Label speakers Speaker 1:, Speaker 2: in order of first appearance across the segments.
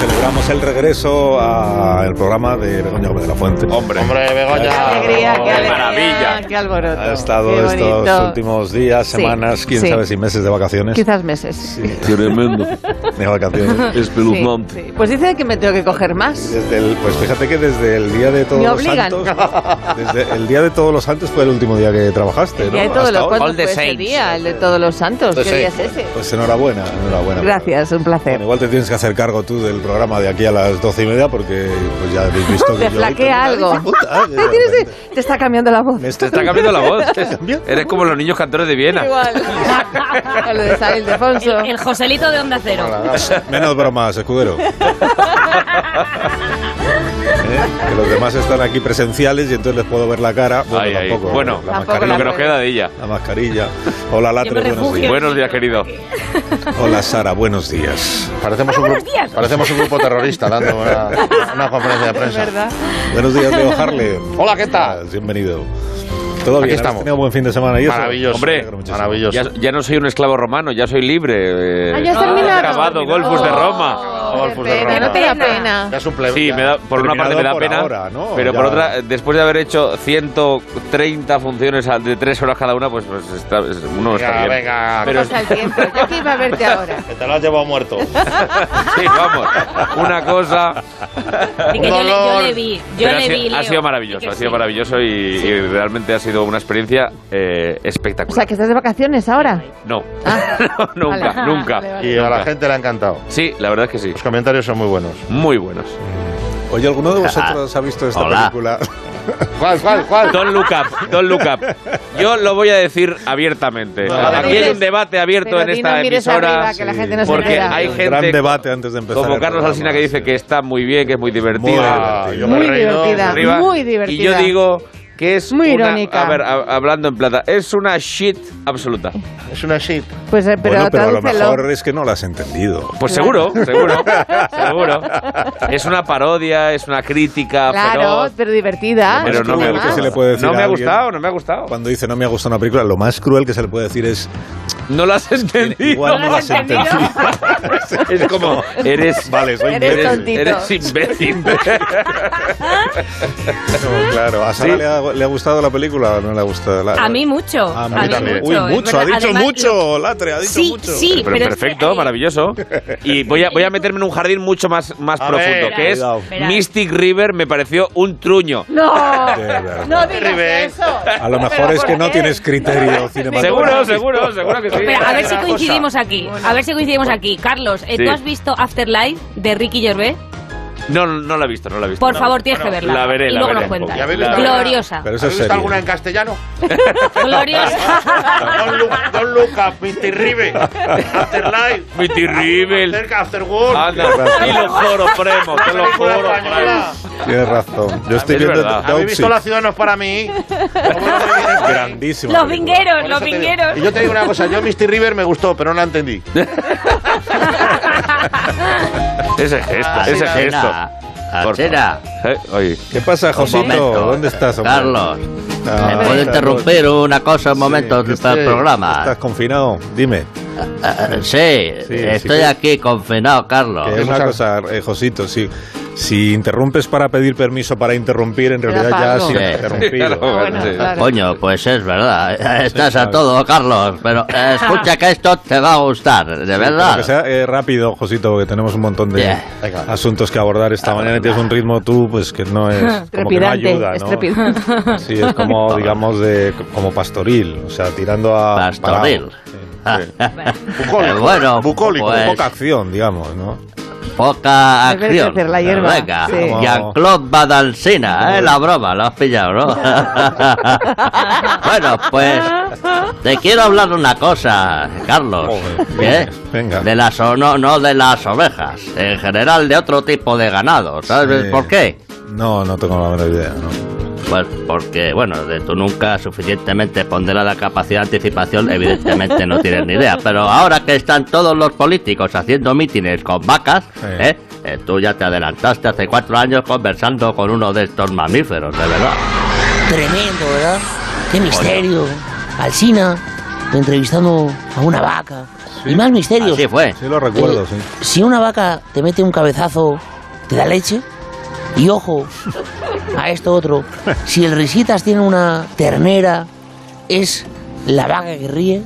Speaker 1: celebramos el regreso al programa de Begoña Gómez de la Fuente.
Speaker 2: Hombre,
Speaker 3: Hombre Begoña.
Speaker 2: Qué
Speaker 4: alegría, qué alegría,
Speaker 2: maravilla.
Speaker 4: Qué alboroto.
Speaker 1: Ha estado
Speaker 4: Qué
Speaker 1: estos
Speaker 4: bonito.
Speaker 1: últimos días,
Speaker 4: Sí,
Speaker 1: semanas, quién
Speaker 4: sí.
Speaker 1: sabe si meses de vacaciones.
Speaker 4: Quizás meses. Sí,
Speaker 5: Tremendo.
Speaker 1: De vacaciones.
Speaker 5: Espeluznante.
Speaker 4: sí. Pues dice que me tengo que coger más.
Speaker 1: Desde el- pues fíjate que desde el día de todos
Speaker 4: Me
Speaker 1: los
Speaker 4: obligan.
Speaker 1: santos, desde el día de todos los santos fue el último día que trabajaste,
Speaker 4: Y
Speaker 1: ¿no?
Speaker 4: hay todos
Speaker 1: Hasta
Speaker 4: los
Speaker 1: ahora.
Speaker 4: ¿cuándo
Speaker 2: All the
Speaker 4: fue ese
Speaker 2: saints.
Speaker 4: día, el de todos los santos.
Speaker 2: The
Speaker 4: ¿Qué día es
Speaker 2: saints.
Speaker 4: ese?
Speaker 1: Pues enhorabuena, enhorabuena.
Speaker 4: Gracias, un placer.
Speaker 1: Bueno, igual te tienes que hacer cargo tú del programa de aquí a las doce y media porque pues ya habéis visto que
Speaker 4: Te
Speaker 1: yo hoy
Speaker 4: flaquea
Speaker 1: tengo una
Speaker 4: algo.
Speaker 1: dificultad, de
Speaker 4: Ay, tienes-
Speaker 1: repente.
Speaker 4: te está cambiando la voz.
Speaker 1: Me
Speaker 5: Te
Speaker 1: está-
Speaker 5: está cambiando la voz.
Speaker 1: cambió?
Speaker 5: Eres como los niños cantores de Viena.
Speaker 4: Igual. A lo de San Ildefonso.
Speaker 6: El, el Joselito de Onda Cero.
Speaker 1: Menos bromas, escudero. ¿Eh? Que los demás están aquí presenciales y entonces les puedo ver la cara. Bueno,
Speaker 5: Ay, ay.
Speaker 1: tampoco.
Speaker 5: Bueno,
Speaker 1: la
Speaker 4: Tampoco
Speaker 5: Lo que
Speaker 1: mascarilla.
Speaker 5: nos queda de ella.
Speaker 1: La mascarilla. Hola,
Speaker 6: Yo me
Speaker 1: Latre, buenos
Speaker 6: refugio.
Speaker 1: días.
Speaker 5: Buenos días, querido.
Speaker 1: Hola, Sara, buenos días.
Speaker 3: Parecemos, un
Speaker 6: Ah, buenos
Speaker 3: grupo-
Speaker 6: días.
Speaker 3: parecemos un grupo terrorista dando una, una conferencia de
Speaker 4: Es
Speaker 3: prensa.
Speaker 4: verdad.
Speaker 1: Buenos días, Leo Harlem.
Speaker 3: Hola, ¿qué tal?
Speaker 1: Bienvenido. Todo
Speaker 3: Aquí
Speaker 1: bien,
Speaker 3: estamos.
Speaker 1: Tenía un buen fin de semana y eso.
Speaker 3: Maravilloso.
Speaker 5: Hombre,
Speaker 1: Me alegro muchísimo.
Speaker 3: maravilloso.
Speaker 5: Ya, ya no soy un esclavo romano, ya soy libre. eh,
Speaker 4: Ah, ya has terminado.
Speaker 5: He grabado Golfus de Roma.
Speaker 4: Oh, qué
Speaker 3: Golfus de
Speaker 4: pena,
Speaker 3: Roma.
Speaker 4: no te da
Speaker 6: Qué pena.
Speaker 4: pena.
Speaker 3: Ya es un plebe-
Speaker 5: Sí,
Speaker 3: ya.
Speaker 5: me da- por una parte me da
Speaker 1: Terminado por
Speaker 5: pena,
Speaker 1: ahora, ¿no?
Speaker 5: pero
Speaker 1: Ya.
Speaker 5: por otra, después de haber hecho 130 funciones al- de 3 horas cada una, pues, pues está, uno está
Speaker 3: Venga,
Speaker 5: bien.
Speaker 3: venga.
Speaker 5: Pero-
Speaker 4: Pasa el tiempo. Yo que iba a verte ahora.
Speaker 3: Que te lo has llevado muerto.
Speaker 5: Sí, vamos, una cosa...
Speaker 6: Y que yo, le, yo le vi, yo
Speaker 5: Pero ha
Speaker 6: le
Speaker 5: sido-
Speaker 6: vi. Leo.
Speaker 5: ha sido maravilloso,
Speaker 6: Que
Speaker 5: ha sido
Speaker 6: sí.
Speaker 5: maravilloso y, y realmente ha sido una experiencia eh,
Speaker 4: O sea,
Speaker 5: espectacular.
Speaker 4: que estás de vacaciones ahora.
Speaker 5: No,
Speaker 4: Ah.
Speaker 5: no, nunca,
Speaker 4: Vale.
Speaker 5: nunca.
Speaker 4: Vale, vale.
Speaker 3: Y a la
Speaker 5: Nunca.
Speaker 3: gente le ha encantado.
Speaker 5: Sí, la verdad es que sí.
Speaker 3: Los comentarios son muy buenos.
Speaker 5: Muy buenos.
Speaker 1: Oye, ¿alguno de vosotros ha visto esta
Speaker 2: Hola.
Speaker 1: película?
Speaker 3: ¿Cuál, cuál, cuál?
Speaker 5: Don Look Up, Don Look Up. Yo lo voy a decir abiertamente.
Speaker 1: No,
Speaker 5: Aquí
Speaker 4: dices-
Speaker 5: hay un debate abierto
Speaker 4: Pero
Speaker 5: en
Speaker 4: di
Speaker 5: esta
Speaker 4: no mires
Speaker 5: emisora.
Speaker 4: arriba, que la gente no se
Speaker 5: porque
Speaker 4: entera.
Speaker 5: hay
Speaker 1: Un
Speaker 5: gente-
Speaker 1: Gran debate antes de empezar.
Speaker 5: Como
Speaker 1: el
Speaker 5: Carlos
Speaker 1: programa,
Speaker 5: Alsina que dice
Speaker 1: sí.
Speaker 5: que está muy bien, que es muy
Speaker 1: Muy
Speaker 5: divertida.
Speaker 3: Ah, yo me
Speaker 4: Muy
Speaker 3: he reído.
Speaker 4: divertida,
Speaker 5: Arriba.
Speaker 4: muy divertida.
Speaker 5: Y yo digo que es
Speaker 4: Muy
Speaker 5: una-
Speaker 4: irónica.
Speaker 5: A ver, a- hablando en plata, es una shit absoluta.
Speaker 3: Es una shit.
Speaker 4: Pues, eh, pero
Speaker 1: bueno, Ah, pero a lo
Speaker 4: tradúcelo.
Speaker 1: mejor es que no la has entendido.
Speaker 5: Pues
Speaker 4: Claro.
Speaker 5: seguro, seguro, seguro. Es una parodia, es una crítica
Speaker 4: Claro,
Speaker 5: feroz,
Speaker 4: pero divertida.
Speaker 5: pero
Speaker 1: Es
Speaker 5: no me,
Speaker 1: cruel
Speaker 5: ha
Speaker 1: que
Speaker 5: gustado.
Speaker 1: se le puede decir
Speaker 5: no me
Speaker 1: a
Speaker 5: ha
Speaker 1: alguien.
Speaker 5: gustado, no me ha gustado.
Speaker 1: Cuando dice no me ha gustado una película, lo más cruel que se le puede decir es
Speaker 5: No lo has entendido.
Speaker 1: igual no lo has entendido.
Speaker 5: Es como, eres...
Speaker 1: Vale, soy
Speaker 4: Eres
Speaker 1: imbécil.
Speaker 4: tontito.
Speaker 5: eres imbécil.
Speaker 1: No, claro, ¿a Sara
Speaker 5: Sí.
Speaker 1: le, ha, le ha gustado la película o no le ha gustado? La-
Speaker 6: A mí mucho.
Speaker 1: A mí
Speaker 6: a mí
Speaker 1: también.
Speaker 6: mucho,
Speaker 1: Uy,
Speaker 6: es
Speaker 1: mucho, ha
Speaker 6: verdad.
Speaker 1: dicho
Speaker 6: Además, lo-
Speaker 1: mucho, Latre, ha dicho
Speaker 6: Sí,
Speaker 1: mucho.
Speaker 6: sí,
Speaker 5: Pero
Speaker 6: pero es
Speaker 5: perfecto,
Speaker 6: que-
Speaker 5: maravilloso. Y voy a, voy a meterme en un jardín mucho más, más
Speaker 3: A
Speaker 5: profundo,
Speaker 3: ver,
Speaker 5: que es
Speaker 1: cuidado.
Speaker 5: Mystic River me pareció un truño.
Speaker 4: No,
Speaker 1: De verdad.
Speaker 4: no digas
Speaker 3: Ribé.
Speaker 4: eso.
Speaker 1: A lo mejor
Speaker 4: ¿Pero
Speaker 1: es
Speaker 4: por
Speaker 1: que no
Speaker 4: qué?
Speaker 1: tienes criterio
Speaker 5: Seguro,
Speaker 1: cinematográfico.
Speaker 5: seguro, seguro que sí.
Speaker 6: Pero a ver si
Speaker 3: Una cosa.
Speaker 6: coincidimos aquí. A ver si coincidimos aquí. Carlos, eh,
Speaker 5: Sí.
Speaker 6: ¿tú has visto Afterlife de Ricky Gervais?
Speaker 5: No, no la he visto, no la he visto.
Speaker 6: Por favor, tienes que verla.
Speaker 5: la veré,
Speaker 6: Y
Speaker 5: la
Speaker 6: luego
Speaker 5: veré.
Speaker 6: nos cuentas.
Speaker 3: ¿Y habéis visto alguna-
Speaker 6: Gloriosa.
Speaker 1: Pero eso
Speaker 3: ¿Has
Speaker 1: es
Speaker 3: visto
Speaker 1: serio.
Speaker 3: alguna en castellano?
Speaker 6: Gloriosa.
Speaker 3: Don, Lu Don Lucas, Mr. Ribe, Afterlife.
Speaker 5: Mi terrible.
Speaker 3: Cerca, Afterworld.
Speaker 5: Anda, y lo juro, premo, te lo
Speaker 3: Película
Speaker 5: juro.
Speaker 3: española.
Speaker 5: premo.
Speaker 1: Tienes razón. Yo estoy
Speaker 5: Es
Speaker 1: viendo
Speaker 5: verdad.
Speaker 1: The
Speaker 3: ¿Habéis visto
Speaker 1: Outfit.
Speaker 3: La ciudad no es para mí? ¿Cómo no me viene?
Speaker 1: Grandísima
Speaker 6: Los
Speaker 1: película.
Speaker 6: vingueros,
Speaker 3: Por
Speaker 6: los
Speaker 3: eso te digo.
Speaker 6: vingueros.
Speaker 3: Y yo te digo una cosa, yo Misty River me gustó, pero no la entendí.
Speaker 5: Ese gesto, ese gesto. Por
Speaker 2: Archera,
Speaker 5: Eh, oye.
Speaker 1: ¿Qué pasa, Josito?
Speaker 2: momento.
Speaker 1: ¿Dónde estás, hombre? Ah,
Speaker 2: Carlos, ¿me puedo
Speaker 1: Carlos.
Speaker 2: interrumpir una cosa un
Speaker 1: Sí,
Speaker 2: momento
Speaker 1: que
Speaker 2: del
Speaker 1: estás-
Speaker 2: programa?
Speaker 1: ¿Estás confinado? Dime.
Speaker 2: Eh, Sí,
Speaker 1: Sí,
Speaker 2: estoy
Speaker 1: sí.
Speaker 2: aquí confinado, Carlos.
Speaker 1: Que es una
Speaker 3: muchas-
Speaker 1: cosa, eh, Josito, si, si interrumpes para pedir permiso para interrumpir, en realidad
Speaker 4: para
Speaker 1: ya has
Speaker 4: algo.
Speaker 2: Sí.
Speaker 1: interrumpido.
Speaker 5: Claro,
Speaker 4: Ah, bueno,
Speaker 5: sí.
Speaker 4: claro.
Speaker 2: Coño, pues es verdad, estás a
Speaker 1: claro.
Speaker 2: todo, Carlos, pero eh, escucha que esto te va a gustar, de
Speaker 1: Pero Que
Speaker 2: verdad.
Speaker 1: sea eh, rápido, Josito, porque tenemos un montón de
Speaker 2: Bien. Ah,
Speaker 3: Venga.
Speaker 1: asuntos que abordar esta mañana y tienes un ritmo tú, pues que no es como que no
Speaker 4: Trepidante,
Speaker 1: ayuda,
Speaker 4: es
Speaker 1: ¿no?
Speaker 4: trepidante.
Speaker 1: Sí, es como, digamos, de, como pastoril, o sea, tirando a...
Speaker 2: Pastoril.
Speaker 1: parado. Sí, sí.
Speaker 2: Eh, bueno,
Speaker 3: bucólico,
Speaker 2: pues,
Speaker 1: Poca acción, digamos, ¿no?
Speaker 2: Poca
Speaker 4: Me parece
Speaker 2: acción.
Speaker 4: hacer la hierba,
Speaker 2: Venga,
Speaker 4: sí.
Speaker 2: Jean-Claude Badansina, ¿eh? la broma, lo has pillado, ¿no? bueno, pues te quiero hablar una cosa, Carlos.
Speaker 1: Joder,
Speaker 2: ¿eh?
Speaker 1: venga.
Speaker 2: De las o- no, no de las ovejas, en general de otro tipo de ganado. ¿Sabes
Speaker 1: Sí.
Speaker 2: por qué?
Speaker 1: No, no tengo la menor idea. no.
Speaker 2: Pues porque, bueno, de tu nunca suficientemente ponderada capacidad de anticipación, evidentemente no tienes ni idea. Pero ahora que están todos los políticos haciendo mítines con vacas,
Speaker 1: Sí.
Speaker 2: ¿eh? Eh, tú ya te adelantaste hace cuatro años conversando con uno de estos mamíferos, de verdad.
Speaker 7: Tremendo, ¿verdad? Qué misterio. Alcina, entrevistando a una vaca. Y más misterios.
Speaker 2: Así fue.
Speaker 1: Sí, lo recuerdo,
Speaker 7: Eh,
Speaker 1: sí.
Speaker 7: Si una vaca te mete un cabezazo, te da leche. Y ojo a esto otro. Si el Risitas tiene una ternera, es la vaca que ríe.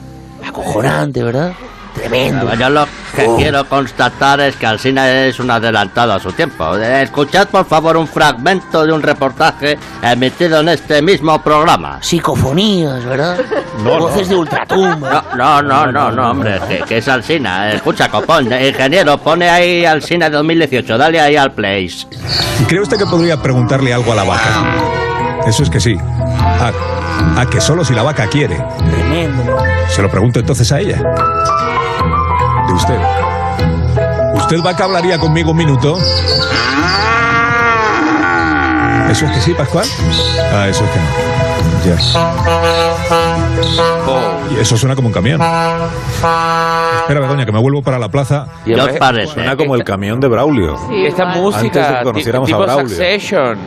Speaker 7: Acojonante, ¿verdad? Tremendo.
Speaker 2: Yo lo que quiero constatar es que Alsina es un adelantado a su tiempo. Eh, Escuchad, por favor, un fragmento de un reportaje emitido en este mismo programa.
Speaker 7: Psicofonías, ¿verdad?
Speaker 1: No, no.
Speaker 7: Voces de ultratumba.
Speaker 2: No, no, no, no, no, hombre, que, que es Alsina. Escucha, copón, eh, ingeniero, pone ahí Alsina 2018, dale ahí al place.
Speaker 8: ¿Cree usted que podría preguntarle algo a la vaca? Eso es que sí. A, a que solo si la vaca quiere.
Speaker 7: Tremendo.
Speaker 8: Se lo pregunto entonces a ella. De usted. ¿Usted vaca hablaría conmigo un minuto? ¿Eso es que sí, Pascual? Ah, eso es que no. Ya. Y eso suena como un camión. Espera, Begoña, que me vuelvo para la plaza.
Speaker 5: Y
Speaker 2: ¿Qué os
Speaker 5: hombre,
Speaker 2: parece?
Speaker 1: Suena como el camión de Braulio.
Speaker 4: Sí,
Speaker 5: Esta
Speaker 4: igual.
Speaker 5: música
Speaker 1: Antes de que
Speaker 5: ti-
Speaker 1: conociéramos a
Speaker 5: tipo
Speaker 1: Braulio.
Speaker 5: Succession.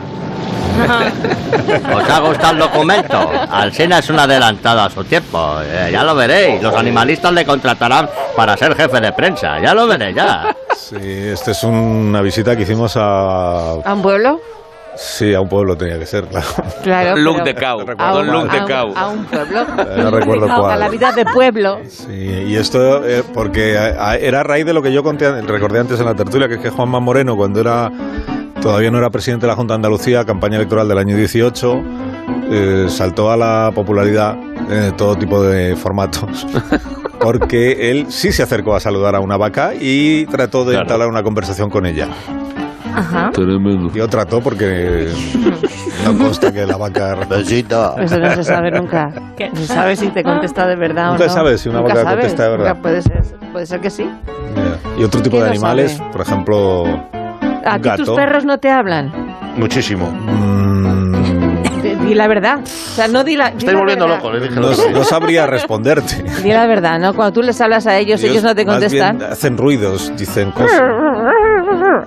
Speaker 2: ¿Os ha gustado el documento? Alsina es un adelantado a su tiempo, eh, ya lo veréis. Los animalistas le contratarán para ser jefe de prensa, ya lo veréis, ya.
Speaker 1: Sí, esta es una visita que hicimos a.
Speaker 4: ¿A un pueblo?
Speaker 1: Sí, a un pueblo tenía que ser, claro.
Speaker 4: Claro.
Speaker 5: Look
Speaker 4: pero-
Speaker 5: de cow.
Speaker 4: A
Speaker 5: Don
Speaker 4: un,
Speaker 5: Look de
Speaker 4: a
Speaker 5: cow.
Speaker 4: un- a un pueblo.
Speaker 1: no recuerdo
Speaker 4: A
Speaker 1: cuál.
Speaker 4: la vida de pueblo.
Speaker 1: Sí, y esto eh, porque a- a- era a raíz de lo que yo conté, recordé antes en la tertulia, que es que Juanma Moreno, cuando era todavía no era presidente de la Junta de Andalucía, campaña electoral del año 18, eh, saltó a la popularidad en todo tipo de formatos. Porque él sí se acercó a saludar a una vaca y trató de
Speaker 5: Claro.
Speaker 1: entablar una conversación con ella.
Speaker 4: Ajá.
Speaker 1: Yo trató porque no consta que la vaca...
Speaker 2: Besito.
Speaker 4: Eso no se sabe nunca. No se sabe si te contesta de verdad o no.
Speaker 1: Nunca sabes si una
Speaker 4: Nunca
Speaker 1: vaca
Speaker 4: sabes,
Speaker 1: contesta de verdad.
Speaker 4: nunca Puede ser, puede ser que sí.
Speaker 1: Y otro tipo
Speaker 4: ¿Quién
Speaker 1: de
Speaker 4: lo
Speaker 1: animales,
Speaker 4: sabe?
Speaker 1: por ejemplo, un
Speaker 4: ¿A ti
Speaker 1: gato.
Speaker 4: tus perros no te hablan?
Speaker 3: Muchísimo.
Speaker 1: Mm,
Speaker 4: Di di la verdad. O sea, no di la di
Speaker 3: Estoy
Speaker 4: la
Speaker 3: volviendo
Speaker 4: verdad.
Speaker 3: loco, le dije.
Speaker 1: No, no sabría responderte.
Speaker 4: Di la verdad, ¿no? Cuando tú les hablas a ellos, ellos no te
Speaker 1: más
Speaker 4: contestan.
Speaker 1: bien hacen ruidos, dicen cosas.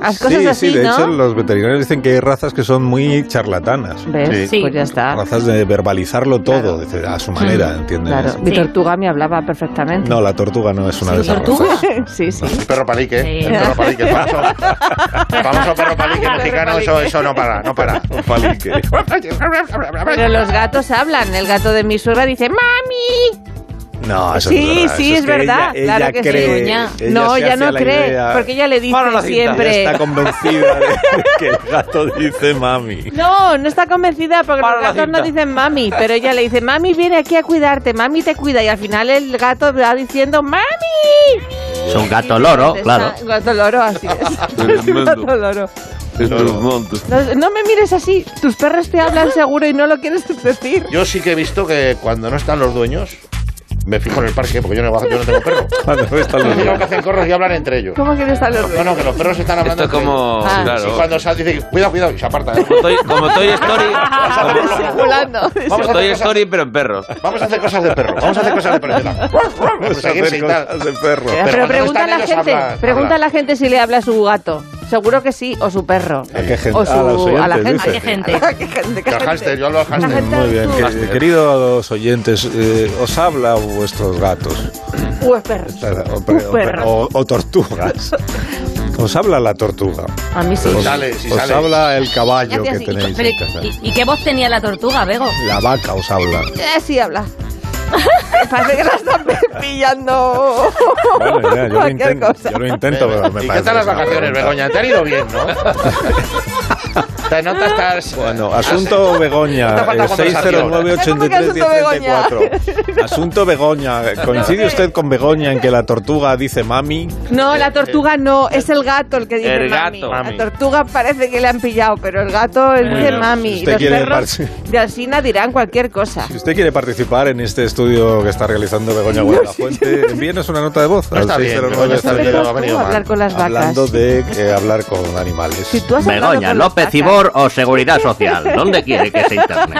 Speaker 4: Haz cosas
Speaker 1: sí,
Speaker 4: así,
Speaker 1: sí, de
Speaker 4: ¿no?
Speaker 1: hecho los veterinarios dicen que hay razas que son muy charlatanas.
Speaker 4: ¿Ves?
Speaker 6: Sí.
Speaker 4: Pues ya está. Hmm,
Speaker 1: Razas de verbalizarlo todo, dice, a su manera, ¿entiendes?
Speaker 4: Claro. Mi
Speaker 6: Sí.
Speaker 4: tortuga me hablaba perfectamente.
Speaker 1: No, la tortuga no es una de esas razas.
Speaker 4: sí, sí.
Speaker 3: El perro palique,
Speaker 6: Sí.
Speaker 3: el perro palique, el famoso, famoso perro palique mexicano, eso, eso no para, no para.
Speaker 1: Un palique.
Speaker 4: Pero los gatos hablan. El gato de mi suegra dice, ¡Mami!
Speaker 1: No, eso
Speaker 4: sí,
Speaker 1: es verdad.
Speaker 4: sí,
Speaker 1: Eso
Speaker 4: es,
Speaker 1: que
Speaker 4: verdad.
Speaker 1: ella-
Speaker 4: claro
Speaker 1: ella
Speaker 4: que
Speaker 1: cree-
Speaker 4: sí.
Speaker 1: ella se
Speaker 4: no,
Speaker 1: hace
Speaker 4: ya no
Speaker 1: la
Speaker 4: cree.
Speaker 1: idea-
Speaker 4: Porque ella le dice
Speaker 5: Para la cinta, ya
Speaker 1: Ella
Speaker 4: siempre.
Speaker 1: está convencida de que el gato dice mami.
Speaker 4: No, no está convencida porque
Speaker 5: Para
Speaker 4: los
Speaker 5: la
Speaker 4: gatos no
Speaker 5: cinta.
Speaker 4: dicen mami, pero ella le dice, mami viene aquí a cuidarte, mami te cuida y al final el gato va diciendo, mami.
Speaker 2: Es un gato loro,
Speaker 4: Está-
Speaker 2: claro.
Speaker 4: Gato loro, así es. Es un gato loro. No, no me mires así, tus perros te hablan seguro y no lo quieres decir.
Speaker 3: Yo sí que he visto que cuando no están los dueños, me fijo en el parque, porque yo no, yo no tengo perro.
Speaker 1: Cuando no están los
Speaker 3: Los únicos que
Speaker 1: gatos.
Speaker 3: hacen corros y hablan entre ellos.
Speaker 4: ¿Cómo que no están los
Speaker 3: No,
Speaker 4: dueños?
Speaker 3: no, que los perros están hablando
Speaker 5: Esto es
Speaker 3: entre
Speaker 5: como.
Speaker 4: Ah.
Speaker 3: ellos. Y
Speaker 5: Claro.
Speaker 3: cuando sal dice, cuidado, cuidado, y se aparta.
Speaker 5: Como Toy, como Toy Story.
Speaker 3: Ah,
Speaker 5: como-
Speaker 4: Circulando.
Speaker 5: Como Toy
Speaker 3: cosas-
Speaker 5: Story, pero en perros.
Speaker 3: Vamos a hacer cosas de perro, vamos a hacer cosas de perro. Pues
Speaker 1: Vamos a
Speaker 3: Perseguirse
Speaker 1: hacer
Speaker 3: y tal.
Speaker 1: cosas de perro.
Speaker 4: Pero,
Speaker 3: cuando no
Speaker 4: pregunta a
Speaker 3: están
Speaker 4: la
Speaker 3: ellos,
Speaker 4: gente,
Speaker 3: habla-
Speaker 4: pregunta a
Speaker 3: habla.
Speaker 4: la gente si le habla a su gato. Seguro que sí, o su perro.
Speaker 1: ¿A Eh, qué gente?
Speaker 4: O su-
Speaker 1: A los
Speaker 4: a la
Speaker 1: oyentes,
Speaker 4: gente.
Speaker 6: ¿A qué gente?
Speaker 3: Que al hámster, yo hablo al hámster.
Speaker 4: gente-
Speaker 1: Muy bien,
Speaker 4: Tú.
Speaker 1: que- queridos oyentes, eh, os habla vuestros gatos
Speaker 4: O es perro.
Speaker 1: o, pre- o pre- o- o tortugas. Os habla la tortuga.
Speaker 4: A mí sí.
Speaker 1: Os,
Speaker 3: sale, sí
Speaker 1: os
Speaker 3: sale.
Speaker 1: habla el caballo
Speaker 4: Hace
Speaker 1: que
Speaker 4: así.
Speaker 1: tenéis
Speaker 6: Pero,
Speaker 1: en casa.
Speaker 6: ¿y, y qué voz tenía la tortuga, Bego?
Speaker 1: La vaca os habla.
Speaker 4: Eh, sí habla. Parece que la están pillando.
Speaker 1: Bueno, ya, yo, lo
Speaker 4: Cualquier
Speaker 1: intento,
Speaker 4: cosa.
Speaker 1: yo lo intento, pero me
Speaker 3: ¿Y qué
Speaker 1: parece
Speaker 3: tal las
Speaker 1: que no.
Speaker 3: vacaciones, Begoña? ¿Te han ido bien, no? Te notas que has-
Speaker 1: Bueno, asunto Begoña,
Speaker 3: Está falta
Speaker 1: eh,
Speaker 4: conversación. Es como que
Speaker 1: 609-83-1034. Asunto Begoña, ¿coincide usted con Begoña en que la tortuga dice mami?
Speaker 4: No, la tortuga no, es el gato el que dice
Speaker 5: El
Speaker 4: mami.
Speaker 5: gato.
Speaker 4: La tortuga parece que le han pillado, pero el gato es
Speaker 1: Muy
Speaker 4: dice
Speaker 1: bien.
Speaker 4: mami.
Speaker 1: Si
Speaker 4: Y
Speaker 1: usted
Speaker 4: los
Speaker 1: quiere
Speaker 4: perros
Speaker 1: parse-
Speaker 4: de Alsina dirán cualquier cosa.
Speaker 1: Si usted quiere participar en este estudio que está realizando Begoña Fuente, envíenos una nota de voz
Speaker 3: No
Speaker 1: al
Speaker 3: está bien,
Speaker 1: 609-83-1034.
Speaker 3: Begoña está
Speaker 4: Pero
Speaker 3: bien,
Speaker 4: no
Speaker 3: ha
Speaker 4: puedo
Speaker 3: venido
Speaker 4: hablar
Speaker 3: mal.
Speaker 4: con las vacas.
Speaker 1: Hablando de eh, hablar con animales.
Speaker 4: Si tú has hablado
Speaker 2: Begoña,
Speaker 4: con las
Speaker 2: López
Speaker 4: vacas-
Speaker 2: Ibor o Seguridad Social. ¿Dónde quiere que se interne?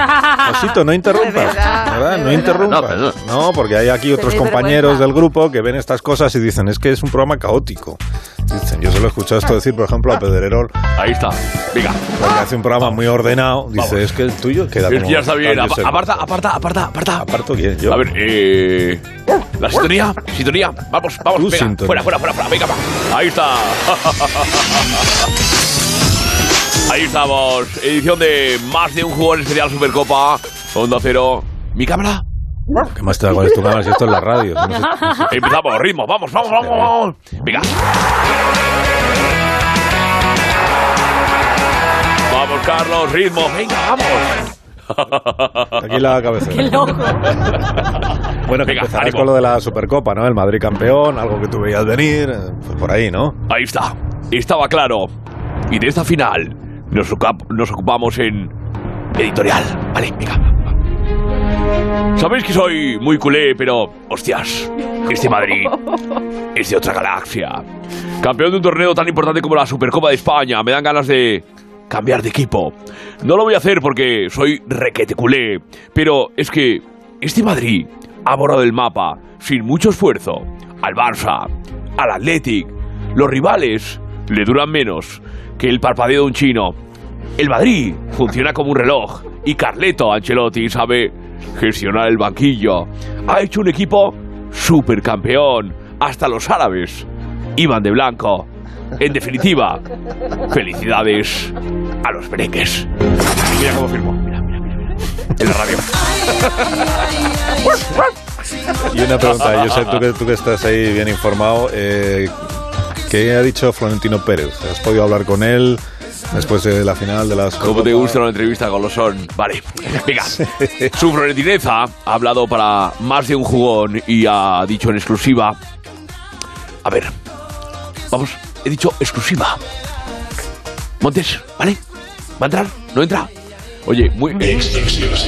Speaker 1: Osito, no interrumpas.
Speaker 4: De verdad,
Speaker 1: ¿verdad?
Speaker 4: de
Speaker 1: No
Speaker 4: verdad.
Speaker 1: interrumpas.
Speaker 2: No,
Speaker 1: No,
Speaker 2: perdón.
Speaker 1: porque hay aquí otros
Speaker 4: Tenéis
Speaker 1: compañeros
Speaker 4: vergüenza.
Speaker 1: del grupo que ven estas cosas y dicen, es que es un programa caótico. Dicen, yo se lo he escuchado esto decir, por ejemplo, a Pedrerol,
Speaker 9: Ahí está. Venga.
Speaker 1: porque hace un programa muy ordenado. Dice, es que el tuyo queda como...
Speaker 9: Ya está bien.
Speaker 1: tal, yo sé
Speaker 9: Apa-
Speaker 1: cómo".
Speaker 9: Aparta, aparta, aparta, aparta.
Speaker 1: ¿Aparto quién? Yo.
Speaker 9: A ver, eh. La sintonía, sintonía. Vamos, vamos,
Speaker 1: Tu
Speaker 9: venga.
Speaker 1: sintonía.
Speaker 9: Fuera, fuera, fuera, fuera. Venga, va. Ahí está. Ahí estamos. Edición de más de un jugador especial Supercopa. Onda cero. Mi cámara.
Speaker 1: ¿Qué más te da con esto? Nada, si esto es la radio. No sé-
Speaker 9: Empezamos, ritmo, vamos, vamos, vamos, vamos. Venga. Vamos, Carlos, ritmo, venga, vamos.
Speaker 1: Aquí la cabecera. Bueno, que
Speaker 9: Venga,
Speaker 1: empezarás
Speaker 9: ánimo.
Speaker 1: con lo de la Supercopa, ¿no? El Madrid campeón, algo que tú veías venir, eh, pues por ahí, ¿no?
Speaker 9: Ahí está, estaba claro. Y de esta final nos, ocup- nos ocupamos en editorial. Vale, venga. Sabéis que soy muy culé, pero hostias, este Madrid es de otra galaxia. Campeón de un torneo tan importante como la Supercopa de España, me dan ganas de cambiar de equipo. No lo voy a hacer porque soy requete culé, pero es que este Madrid ha borrado el mapa sin mucho esfuerzo al Barça, al Athletic. Los rivales le duran menos que el parpadeo de un chino. El Madrid funciona como un reloj y Carleto Ancelotti sabe gestionar el banquillo. Ha hecho un equipo supercampeón. Hasta los árabes iban de blanco. En definitiva, felicidades a los merengues. Mira cómo firmó. Mira, mira, mira. mira. En la radio.
Speaker 1: Y una pregunta, yo sé tú que, tú que estás ahí bien informado, eh, ¿qué ha dicho Florentino Pérez? ¿Has podido hablar con él después de la final de las...
Speaker 9: ¿Cómo te gusta una entrevista con los son? Vale, venga. Su florentineza ha hablado para más de un jugón y ha dicho en exclusiva. A ver, vamos, he dicho exclusiva. Montes, ¿vale? ¿Va a entrar? ¿No entra? Oye, muy bien.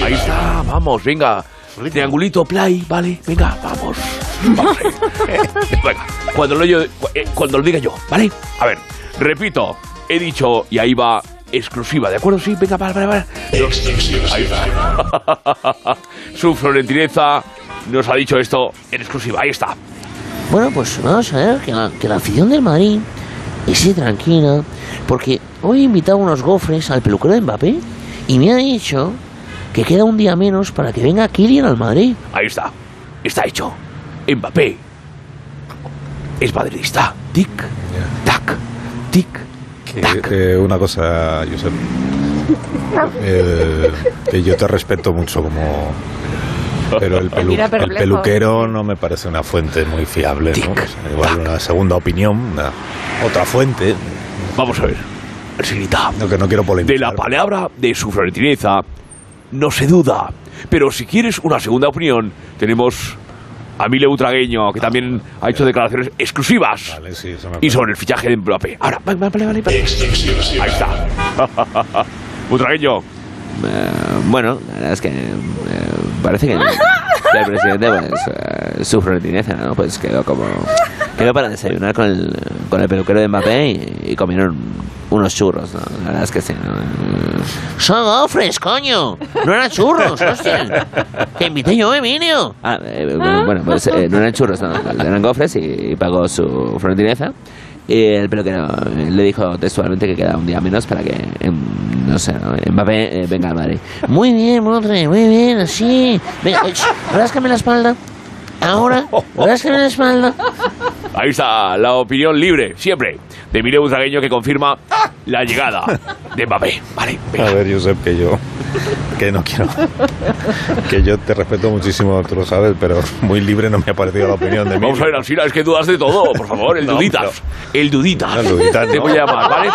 Speaker 9: Ahí está, vamos, venga. Triangulito, play, vale, venga, vamos. Vamos ahí. Venga, cuando lo, yo- eh, cuando lo diga yo, ¿vale? A ver, repito, he dicho y ahí va exclusiva, ¿de acuerdo? Sí, venga, vale, vale, vale. Ahí está. Su florentineza nos ha dicho esto en exclusiva, ahí está.
Speaker 7: Bueno, pues vamos a ver que la, que la afición del Madrid esté tranquila, porque hoy he invitado unos gofres al peluquero de Mbappé y me ha dicho que queda un día menos para que venga Kylian al Madrid.
Speaker 9: Ahí está. Está hecho. Mbappé es madridista. Tic, tac, tic.
Speaker 1: Eh, eh, una cosa, Josep. Eh, que yo te respeto mucho como... Pero el, pelu-
Speaker 4: Mira,
Speaker 1: el
Speaker 4: perplejo.
Speaker 1: peluquero no me parece una fuente muy fiable, ¿no? O sea, igual una segunda opinión, una- otra fuente,
Speaker 9: Vamos a ver. Señorita,
Speaker 1: no, que no quiero polemizar.
Speaker 9: de la palabra de su florentineza no se duda. Pero si quieres una segunda opinión, tenemos a Mile Utragueño, que también ha hecho declaraciones exclusivas.
Speaker 1: Vale, sí, eso
Speaker 9: y
Speaker 1: me parece.
Speaker 9: sobre el fichaje de Mbappé. Ahora, vale, vale, vale. vale. Ahí está. Butragueño,
Speaker 5: Eh, bueno, la verdad es que eh, parece que el, el presidente pues, eh, su florentineza, ¿no? Pues quedó como... Quedó para desayunar con el, con el peluquero de Mbappé y, y comieron unos churros, ¿no? La verdad es que sí, ¿no?
Speaker 7: Son gofres, coño. No eran churros, hostia. Te invité yo, Emilio.
Speaker 5: Ah, eh, bueno, bueno, pues eh, no eran churros, no, eran gofres y, y pagó su frontineza. Y el peluquero eh, le dijo textualmente que queda un día menos para que, em, no sé, ¿no? Mbappé eh, venga al Madrid.
Speaker 7: Muy bien, Motre, muy bien, así. Venga, ch, ráscame la espalda. Ahora, ráscame la espalda.
Speaker 9: ahí está la opinión libre, siempre, de Mile Butragueño que confirma la llegada de Mbappé. Vale,
Speaker 1: A
Speaker 9: venga.
Speaker 1: ver, Josep, que yo... que no quiero. Que yo te respeto muchísimo, tú lo sabes, pero muy libre no me ha parecido la opinión de mí.
Speaker 9: Vamos a ver, Alcina, es que dudas de todo, por favor. El
Speaker 1: No,
Speaker 9: Duditas. El Duditas.
Speaker 1: El Duditas,
Speaker 9: Te
Speaker 1: ¿no?
Speaker 9: voy a llamar, ¿vale?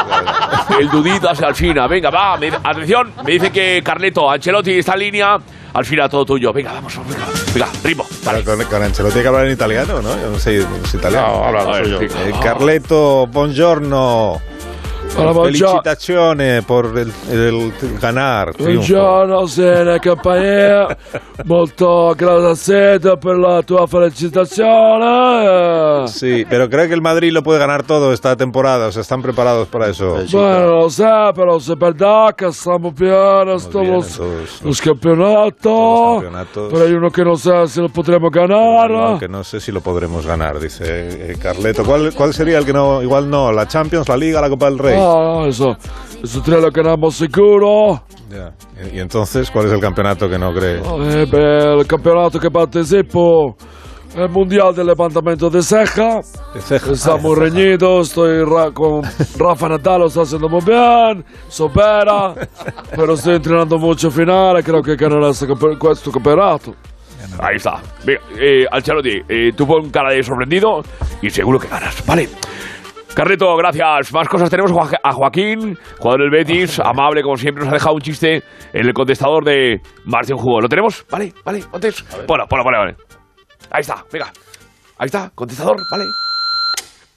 Speaker 9: El Duditas, Alcina. Venga, va. me- atención, me dice que Carleto, Ancelotti está en línea. Alcina, todo tuyo. Venga, vamos, vamos. venga. Venga, ritmo.
Speaker 1: Pero con, con Ancelotti hay que hablar en italiano, ¿no? Yo no sé es italiano.
Speaker 3: No, habla
Speaker 9: A ver,
Speaker 3: suyo.
Speaker 9: chico.
Speaker 1: Eh, Carleto, buongiorno.
Speaker 10: Hola, buongiorno.
Speaker 1: Felicitaciones por el, el ganar. Triunfo.
Speaker 10: Buongiorno, Sene Campanile, molto grazie per la tua felicitazione.
Speaker 1: Sí, pero creo que el Madrid lo puede ganar todo esta temporada, o sea, están preparados para eso.
Speaker 10: Pues Bueno, lo so, però se perda che stiamo bene, stiamo
Speaker 1: bene, todos,
Speaker 10: lo
Speaker 1: los-
Speaker 10: campionato,
Speaker 1: todos los campeonatos.
Speaker 10: però io non che non so se lo potremo ganare.
Speaker 1: Aunque no sé si lo podremos ganar, dice eh, Carleto. ¿Cuál, ¿Cuál sería el que no? Igual no, la Champions, la Liga, la Copa del Rey.
Speaker 10: Ah, No, no, eso, eso tre lo ganamo sicuro.
Speaker 1: Ya. Y, y entonces, ¿cuál es el campeonato que no cree?
Speaker 10: Eh beh, il campionato che partecipo è il mondiale dell'appuntamento di Seca.
Speaker 1: De ceja.
Speaker 10: Estamos reñidos, estoy ra- con Rafa Nadal, lo está haciendo muy bien, supera, pero estoy entrenando mucho finales, creo que ganará este campe- questo campeonato.
Speaker 9: Ahí está. Venga, eh, Ancelotti, eh, tú pon cara de sorprendido y seguro que ganas. Vale. Carleto, gracias. Más cosas tenemos Joa- a Joaquín, jugador del Betis, amable como siempre, nos ha dejado un chiste en el contestador de Más de un juego. ¿Lo tenemos? Vale, vale, antes. Bueno, bueno, vale, vale. Ahí está, venga. Ahí está, contestador, vale.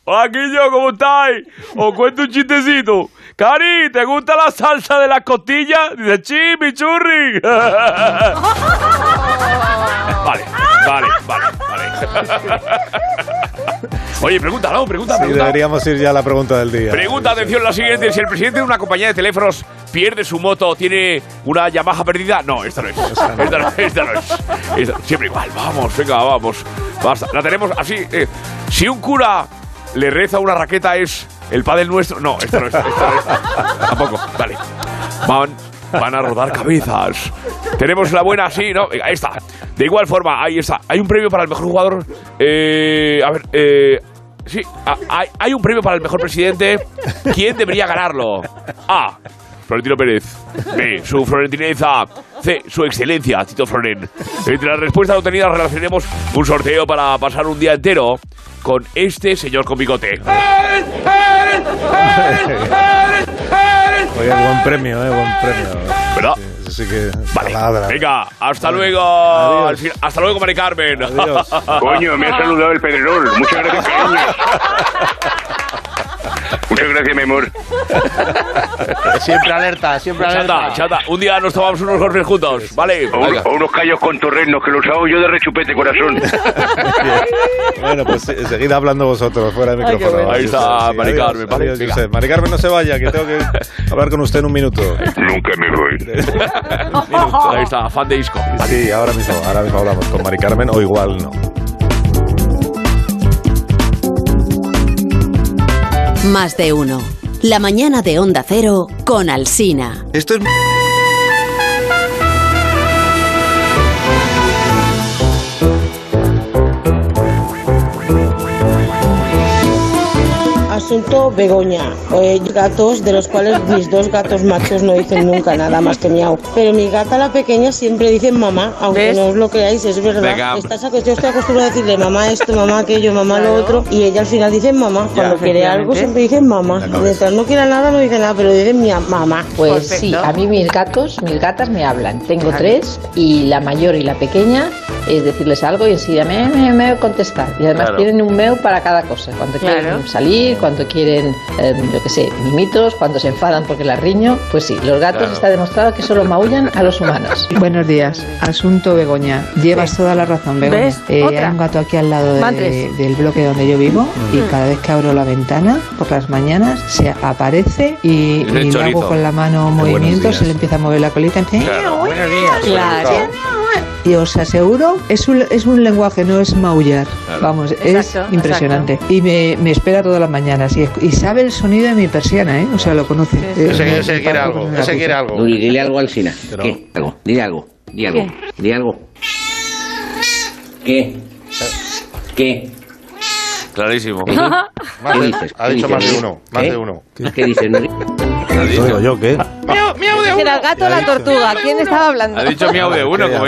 Speaker 9: Joaquillo, ¿cómo estáis? Os cuento un chistecito. Cari, ¿te gusta la salsa de las costillas? Dice, chimichurri. Vale, vale, vale, vale. Oye, pregunta, no, pregunta,
Speaker 1: Sí,
Speaker 9: pregunta.
Speaker 1: deberíamos ir ya a la pregunta del día.
Speaker 9: Pregunta, atención, la siguiente. Si el presidente de una compañía de teléfonos pierde su moto, ¿tiene una Yamaha perdida? No, esta no es. Esta no, esta no es. Esta- siempre igual. Vamos, venga, vamos. Basta. La tenemos así. eh. Si un cura le reza una raqueta es el padre nuestro. No, esta no es. Esta no es. Tampoco. Vale. Van, van a rodar cabezas. Tenemos la buena, sí, ¿no? Venga, ahí está. De igual forma, ahí está. Hay un premio para el mejor jugador. Eh, a ver, eh, sí, a- hay, hay un premio para el mejor presidente. ¿Quién debería ganarlo? A. Florentino Pérez. B. Su florentineza. C. Su excelencia, Tito Floren. Entre las respuestas obtenidas relacionaremos un sorteo para pasar un día entero con este señor con bigote.
Speaker 1: Oye, buen premio, eh, buen premio.
Speaker 9: ¿Verdad?
Speaker 1: Sí, Así que.
Speaker 9: Vale.
Speaker 1: taladra.
Speaker 9: Venga, hasta luego. Al fin- Hasta luego, Mari Carmen.
Speaker 1: Adiós.
Speaker 9: Ah,
Speaker 11: Coño, me ha saludado el Pedrerol. Muchas gracias, cariño. Muchas gracias, mi amor.
Speaker 3: Siempre alerta, siempre
Speaker 9: Chata,
Speaker 3: alerta.
Speaker 9: chata, un día nos tomamos unos golpes juntos, ¿vale?
Speaker 11: O, un-
Speaker 9: Venga.
Speaker 11: o unos callos con torrenos que los hago yo de rechupete, corazón.
Speaker 1: Bueno, pues sí, seguid hablando vosotros fuera de
Speaker 4: Ay, qué
Speaker 1: micrófono.
Speaker 4: bueno.
Speaker 9: Ahí está,
Speaker 1: Sí, sí,
Speaker 9: Mari
Speaker 1: adiós,
Speaker 9: Carmen, vale,
Speaker 1: adiós,
Speaker 9: venga.
Speaker 1: Josep. Mari Carmen, no se vaya, que tengo que hablar con usted en un minuto.
Speaker 11: Nunca me voy.
Speaker 9: Minuto. Ahí está, fan de disco.
Speaker 1: Sí, ahora mismo, ahora mismo hablamos con Mari Carmen o igual no.
Speaker 12: Más de uno. La mañana de Onda Cero con Alsina.
Speaker 13: Esto es.
Speaker 14: Asunto Begoña. Eh, gatos de los cuales mis dos gatos machos no dicen nunca nada más que miau. Pero mi gata la pequeña siempre dice mamá, aunque
Speaker 4: ¿Ves?
Speaker 14: no os lo creáis, es verdad.
Speaker 5: Venga.
Speaker 14: Estás acos- yo estoy acostumbrada a decirle mamá esto, mamá aquello, mamá lo
Speaker 4: Claro.
Speaker 14: otro. Y ella al final dice mamá. Cuando quiere algo
Speaker 4: efectivamente.
Speaker 14: siempre dice mamá.
Speaker 1: La cabeza.
Speaker 14: Mientras no quiera nada no dice nada, pero dice mi mamá.
Speaker 15: Pues sí, a mí mis gatos, mis gatas me hablan. Tengo tres y la mayor y la pequeña es decirles algo y enseguida me, me, me contestar. Y además
Speaker 2: Claro.
Speaker 15: tienen un meo para cada cosa. Cuando
Speaker 4: Claro.
Speaker 15: quieren salir, cuando quieren, eh, yo qué sé, mimitos, cuando se enfadan porque las riño. Pues sí, los gatos
Speaker 2: Claro.
Speaker 15: está demostrado que solo maullan a los humanos.
Speaker 16: Buenos días, asunto Begoña. Llevas toda la razón, Begoña.
Speaker 4: ¿Ves?
Speaker 16: Eh,
Speaker 4: Otra.
Speaker 16: hay un gato aquí al lado de-
Speaker 4: Van tres.
Speaker 16: del bloque donde yo vivo y
Speaker 4: Mm.
Speaker 16: cada vez que abro la ventana por las mañanas se aparece y,
Speaker 9: Es el
Speaker 16: y le
Speaker 9: chorizo.
Speaker 16: hago con la mano movimientos,
Speaker 1: días.
Speaker 16: se le empieza a mover la colita. empieza-
Speaker 9: Claro.
Speaker 4: Claro.
Speaker 16: Y os aseguro, es un, es un lenguaje, no es maullar.
Speaker 9: Claro.
Speaker 16: Vamos,
Speaker 4: Exacto,
Speaker 16: es impresionante. Y me, me espera todas las mañanas y, es- y sabe el sonido de mi persiana, ¿eh? O sea, lo conoce. Eh,
Speaker 3: Ese,
Speaker 16: me-
Speaker 3: ese
Speaker 16: me
Speaker 3: quiere
Speaker 16: parto
Speaker 3: algo,
Speaker 16: con el
Speaker 3: ese
Speaker 16: gatito.
Speaker 3: quiere algo.
Speaker 5: Duri, dile algo al Sina.
Speaker 1: Pero-
Speaker 5: ¿Qué? Algo. Dile algo. Dile algo. Dile algo. ¿Qué? ¿Qué?
Speaker 9: Clarísimo.
Speaker 5: ¿Qué
Speaker 3: Más de-
Speaker 5: dices?
Speaker 3: ha
Speaker 5: ¿Qué
Speaker 3: dicho
Speaker 5: dices?
Speaker 3: más de uno, más
Speaker 5: ¿Eh?
Speaker 3: de uno.
Speaker 5: ¿Qué dices, Nuri?
Speaker 1: Eso digo yo, ¿qué?
Speaker 16: ¡Oh,
Speaker 4: ¡Miau, de uno! ¿Era el gato o la tortuga? ¿Quién estaba hablando?
Speaker 1: Que, a ver, yo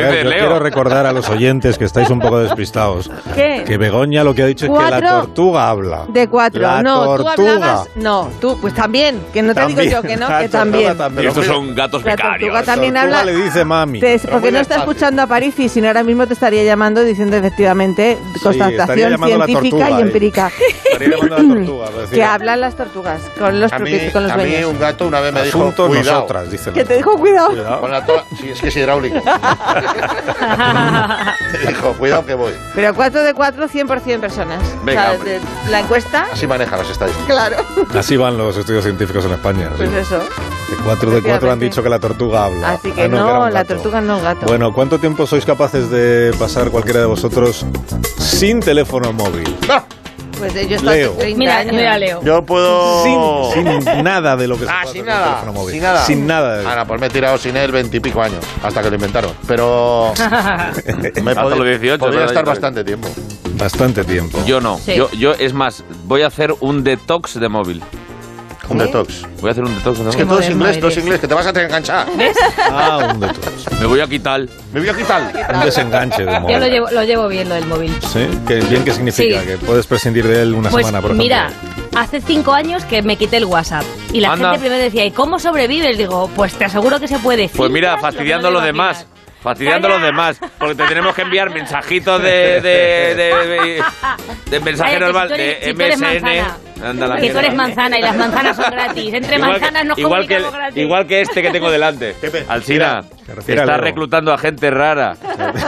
Speaker 1: Quiero recordar a los oyentes que estáis un poco despistados
Speaker 4: ¿Qué?
Speaker 1: que Begoña lo que ha dicho es que la
Speaker 4: Cuatro
Speaker 1: tortuga habla.
Speaker 4: De cuatro.
Speaker 1: La
Speaker 4: no,
Speaker 1: tortuga.
Speaker 4: tú hablabas. No, tú, pues también. Que no te
Speaker 1: También.
Speaker 4: digo yo que no,
Speaker 1: La
Speaker 4: que
Speaker 1: tortuga
Speaker 4: también.
Speaker 1: también.
Speaker 9: Y estos son gatos
Speaker 4: La
Speaker 9: becarios.
Speaker 4: tortuga también habla.
Speaker 1: le dice mami.
Speaker 4: Te- porque no está escuchando a París y si no ahora mismo te estaría llamando diciendo efectivamente
Speaker 1: estaría
Speaker 4: constatación
Speaker 1: llamando a la
Speaker 4: científica
Speaker 1: tortuga,
Speaker 4: y
Speaker 1: eh.
Speaker 4: empírica
Speaker 1: Estaría llamando a la tortuga. lo
Speaker 4: que
Speaker 1: decía.
Speaker 4: hablan las tortugas con los,
Speaker 3: A mí,
Speaker 4: propios- con los
Speaker 3: a mí
Speaker 4: dueños.
Speaker 3: un gato una vez me dijo,
Speaker 1: Asunto
Speaker 3: cuidado.
Speaker 1: nosotras, dice
Speaker 4: Que te dijo cuidado.
Speaker 3: Con la to- sí, es que es hidráulico. me dijo, cuidado que voy.
Speaker 4: Pero 4 de 4, 100% personas.
Speaker 3: Venga,
Speaker 4: O sea,
Speaker 3: hombre.
Speaker 4: de- la encuesta,
Speaker 3: Así maneja las estadísticas.
Speaker 4: claro.
Speaker 1: Así van los estudios científicos en España.
Speaker 4: Pues
Speaker 1: sí.
Speaker 4: eso.
Speaker 1: Que cuatro de cuatro han dicho que la tortuga habla.
Speaker 4: Así que
Speaker 1: Ah,
Speaker 4: no,
Speaker 1: era un
Speaker 4: la
Speaker 1: gato.
Speaker 4: tortuga no es gato.
Speaker 1: Bueno, ¿cuánto tiempo sois capaces de pasar cualquiera de vosotros sin teléfono móvil?
Speaker 4: Pues eh, yo he
Speaker 1: Leo.
Speaker 4: estado 30
Speaker 6: Mira,
Speaker 4: años.
Speaker 6: mira, Leo.
Speaker 3: Yo puedo...
Speaker 1: Sin, sin nada de lo que se
Speaker 3: Ah,
Speaker 1: pueda
Speaker 3: sin
Speaker 1: hacer con el
Speaker 3: nada,
Speaker 1: teléfono móvil.
Speaker 3: sin nada.
Speaker 1: Sin nada.
Speaker 3: Ahora, pues me he tirado sin él veintipico años, hasta que lo inventaron. Pero
Speaker 4: Ah.
Speaker 3: me
Speaker 1: Hasta
Speaker 3: podía-
Speaker 1: los 18,
Speaker 3: podría
Speaker 1: ¿verdad?
Speaker 3: estar bastante tiempo.
Speaker 1: Bastante tiempo.
Speaker 5: Yo no.
Speaker 6: Sí.
Speaker 5: Yo, yo, es más, voy a hacer un detox de móvil.
Speaker 3: Un detox.
Speaker 5: Voy a hacer un detox de móvil.
Speaker 3: Es que todo es inglés, todo es inglés, que te vas a tener que enganchar.
Speaker 1: Ah, un detox.
Speaker 5: Me voy a quitar.
Speaker 3: Me voy a quitar.
Speaker 1: Un desenganche de
Speaker 6: Yo
Speaker 1: móvil.
Speaker 6: lo llevo, lo llevo bien, lo del móvil.
Speaker 1: ¿Sí? ¿Qué, bien, ¿qué significa?
Speaker 6: Sí.
Speaker 1: Que puedes prescindir de él una
Speaker 6: pues
Speaker 1: semana, por ejemplo.
Speaker 6: mira, hace cinco años que me quité el WhatsApp. Y la
Speaker 5: Anda.
Speaker 6: gente primero decía, ¿y cómo sobrevives? Digo, pues te aseguro que se puede.
Speaker 5: Pues mira,
Speaker 6: Filtras lo que
Speaker 5: fastidiando a
Speaker 6: no
Speaker 5: los
Speaker 6: te
Speaker 5: demás. Fastidiando a los demás. Porque te tenemos que enviar mensajitos de. de. de. de, de mensajeros
Speaker 6: Vaya, que si tú eres-
Speaker 5: de
Speaker 6: si tú eres
Speaker 5: MSN.
Speaker 6: manzana.
Speaker 5: Anda la
Speaker 6: Que tú
Speaker 5: mierda.
Speaker 6: eres manzana y las manzanas son gratis. Entre
Speaker 5: Igual
Speaker 6: manzanas nos
Speaker 5: que, igual, que,
Speaker 6: comunicamos gratis.
Speaker 5: igual que este que tengo delante. Alcina.
Speaker 1: refiere a
Speaker 5: Está
Speaker 1: Leo.
Speaker 5: reclutando a gente rara.
Speaker 3: Estoy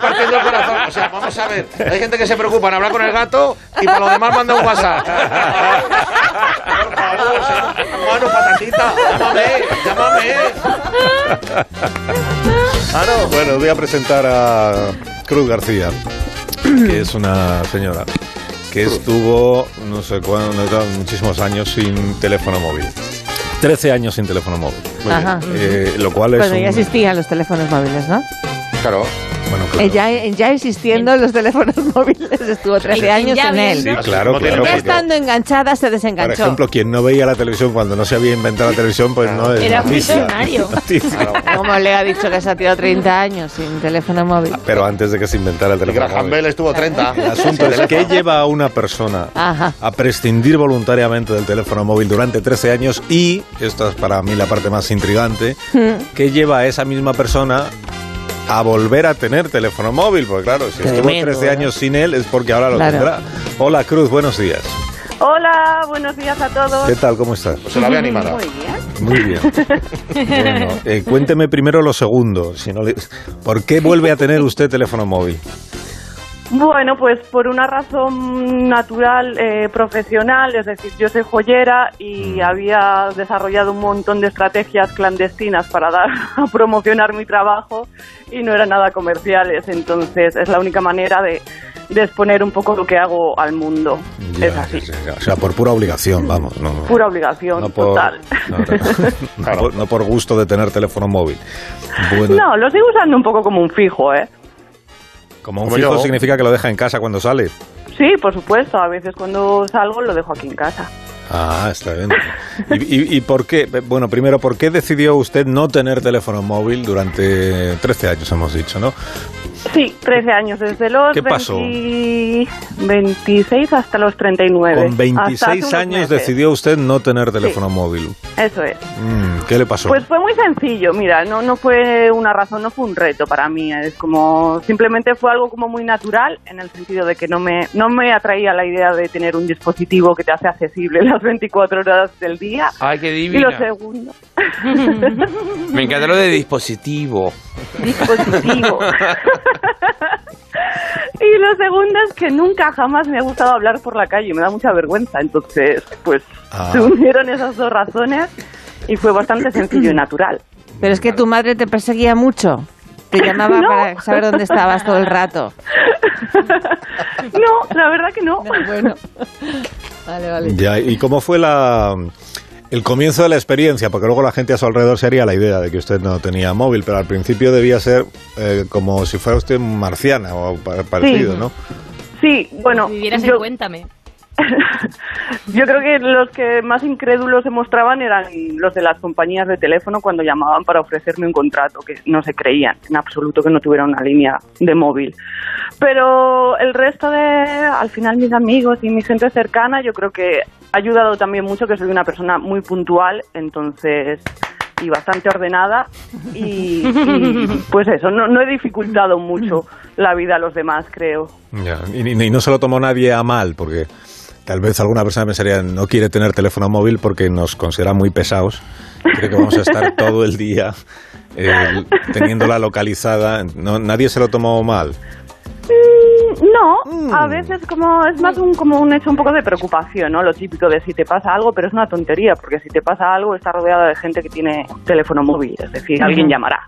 Speaker 3: partiendo el corazón. O sea, vamos a ver. Hay gente que se preocupa en hablar con el gato y para lo demás manda un WhatsApp. Por favor, o sea, hermano, patatita. Llámame, llámame.
Speaker 1: Bueno, os voy a presentar a Cruz García, que es una señora que estuvo, no sé cuánto, muchísimos años sin teléfono móvil. 13 años sin teléfono móvil.
Speaker 4: Muy bien. Ajá.
Speaker 1: Eh, lo cual es
Speaker 4: Bueno, ya
Speaker 1: un-
Speaker 4: existían los teléfonos móviles, ¿no?
Speaker 3: Claro.
Speaker 1: Bueno,
Speaker 4: Eh, ya, ya existiendo los teléfonos móviles, estuvo 13 años en él.
Speaker 1: Sí, claro, claro.
Speaker 4: ya
Speaker 1: porque,
Speaker 4: estando enganchada se
Speaker 1: Por
Speaker 4: desenganchó.
Speaker 1: ejemplo, quien no veía la televisión cuando no se había inventado la televisión, pues no es
Speaker 4: Era un
Speaker 1: noticia.
Speaker 4: visionario.
Speaker 1: Noticia.
Speaker 4: Como le ha dicho que se ha tirado 30 años sin teléfono móvil.
Speaker 1: Pero antes de que se inventara el teléfono
Speaker 3: Graham
Speaker 1: móvil.
Speaker 3: Bell ah. estuvo 30.
Speaker 1: El asunto es qué lleva a una persona
Speaker 4: Ajá.
Speaker 1: a prescindir voluntariamente del teléfono móvil durante 13 años y, esto es para mí la parte más intrigante, qué lleva a esa misma persona a volver a tener teléfono móvil, porque claro, si estuvo
Speaker 13: Tremendo,
Speaker 1: 13
Speaker 13: ¿eh?
Speaker 1: años sin él es porque ahora lo
Speaker 13: Claro.
Speaker 1: tendrá. Hola Cruz, buenos días.
Speaker 13: Hola, buenos días a todos.
Speaker 1: ¿Qué tal? ¿Cómo estás?
Speaker 3: Pues se la ve animada.
Speaker 13: Muy
Speaker 1: Muy
Speaker 13: bien.
Speaker 1: bien. Bueno, eh, cuénteme primero lo segundo. Si no le- ¿Por qué vuelve a tener usted teléfono móvil?
Speaker 13: Bueno, pues por una razón natural, eh, profesional, es decir, yo soy joyera
Speaker 1: Mm.
Speaker 13: y había desarrollado un montón de estrategias clandestinas para dar a promocionar mi trabajo y no eran nada comerciales, entonces es la única manera de, de exponer un poco lo que hago al mundo.
Speaker 1: Ya, ya, ya, ya. O sea, por pura obligación, vamos. No, no.
Speaker 13: Pura obligación,
Speaker 1: No por,
Speaker 13: total.
Speaker 1: no, no, no por- no por gusto de tener teléfono móvil. Bueno,
Speaker 13: No, lo sigo usando un poco como un fijo, ¿eh?
Speaker 1: como un
Speaker 3: Como
Speaker 1: fijo
Speaker 3: yo.
Speaker 1: significa que lo deja en casa cuando sale.
Speaker 13: Sí, por supuesto. A veces cuando salgo lo dejo aquí en casa.
Speaker 1: Ah, está bien. ¿Y, y, y por qué? Bueno, primero, ¿por qué decidió usted no tener teléfono móvil durante 13 años, hemos dicho, no?
Speaker 13: Sí, 13 años, desde los
Speaker 1: ¿Qué pasó?
Speaker 13: 20 26 hasta los 39.
Speaker 1: Con
Speaker 13: Hasta hace
Speaker 1: 26
Speaker 13: unos
Speaker 1: años
Speaker 13: meses.
Speaker 1: decidió usted no tener teléfono móvil.
Speaker 13: Eso es.
Speaker 1: Mm, ¿Qué le pasó?
Speaker 13: Pues fue muy sencillo, mira, no, no fue una razón, no fue un reto para mí, es como, simplemente fue algo como muy natural, en el sentido de que no me, no me atraía la idea de tener un dispositivo que te hace accesible las 24 horas del día.
Speaker 5: Ay, qué
Speaker 13: Y lo
Speaker 5: divina.
Speaker 13: segundo,
Speaker 5: Me encanta lo de dispositivo.
Speaker 13: pues dispositivo. Y lo segundo es que nunca jamás me ha gustado hablar por la calle, me da mucha vergüenza. Entonces, pues
Speaker 1: Ah.
Speaker 13: se unieron esas dos razones y fue bastante sencillo y natural.
Speaker 4: Pero es que tu madre te perseguía mucho. Te llamaba
Speaker 13: No.
Speaker 4: para saber dónde estabas todo el rato.
Speaker 13: No, la verdad que no. bueno.
Speaker 4: Vale, vale.
Speaker 1: Ya, ¿y cómo fue la el comienzo de la experiencia? Porque luego la gente a su alrededor se haría la idea de que usted no tenía móvil, pero al principio debía ser eh, como si fuera usted marciana o pa- parecido, ¿no?
Speaker 13: Sí, bueno.
Speaker 6: Vivieras en
Speaker 13: yo-
Speaker 6: Cuéntame.
Speaker 13: Yo creo que los que más incrédulos se mostraban eran los de las compañías de teléfono cuando llamaban para ofrecerme un contrato, que no se creían en absoluto que no tuviera una línea de móvil. Pero el resto de, al final, mis amigos y mi gente cercana, yo creo que ha ayudado también mucho que soy una persona muy puntual, entonces y bastante ordenada y, y, pues eso, no, no he dificultado mucho la vida a los demás, creo.
Speaker 1: Ya, Y, y no se lo tomó nadie a mal, porque tal vez alguna persona pensaría, no quiere tener teléfono móvil porque nos considera muy pesados. Cree que vamos a estar todo el día eh, teniéndola localizada. No, nadie se lo tomó mal.
Speaker 13: Mm, No, a veces como es más un, como un hecho un poco de preocupación, ¿no? Lo típico de si te pasa algo, pero es una tontería, porque si te pasa algo está rodeada de gente que tiene teléfono móvil, es decir, alguien llamará.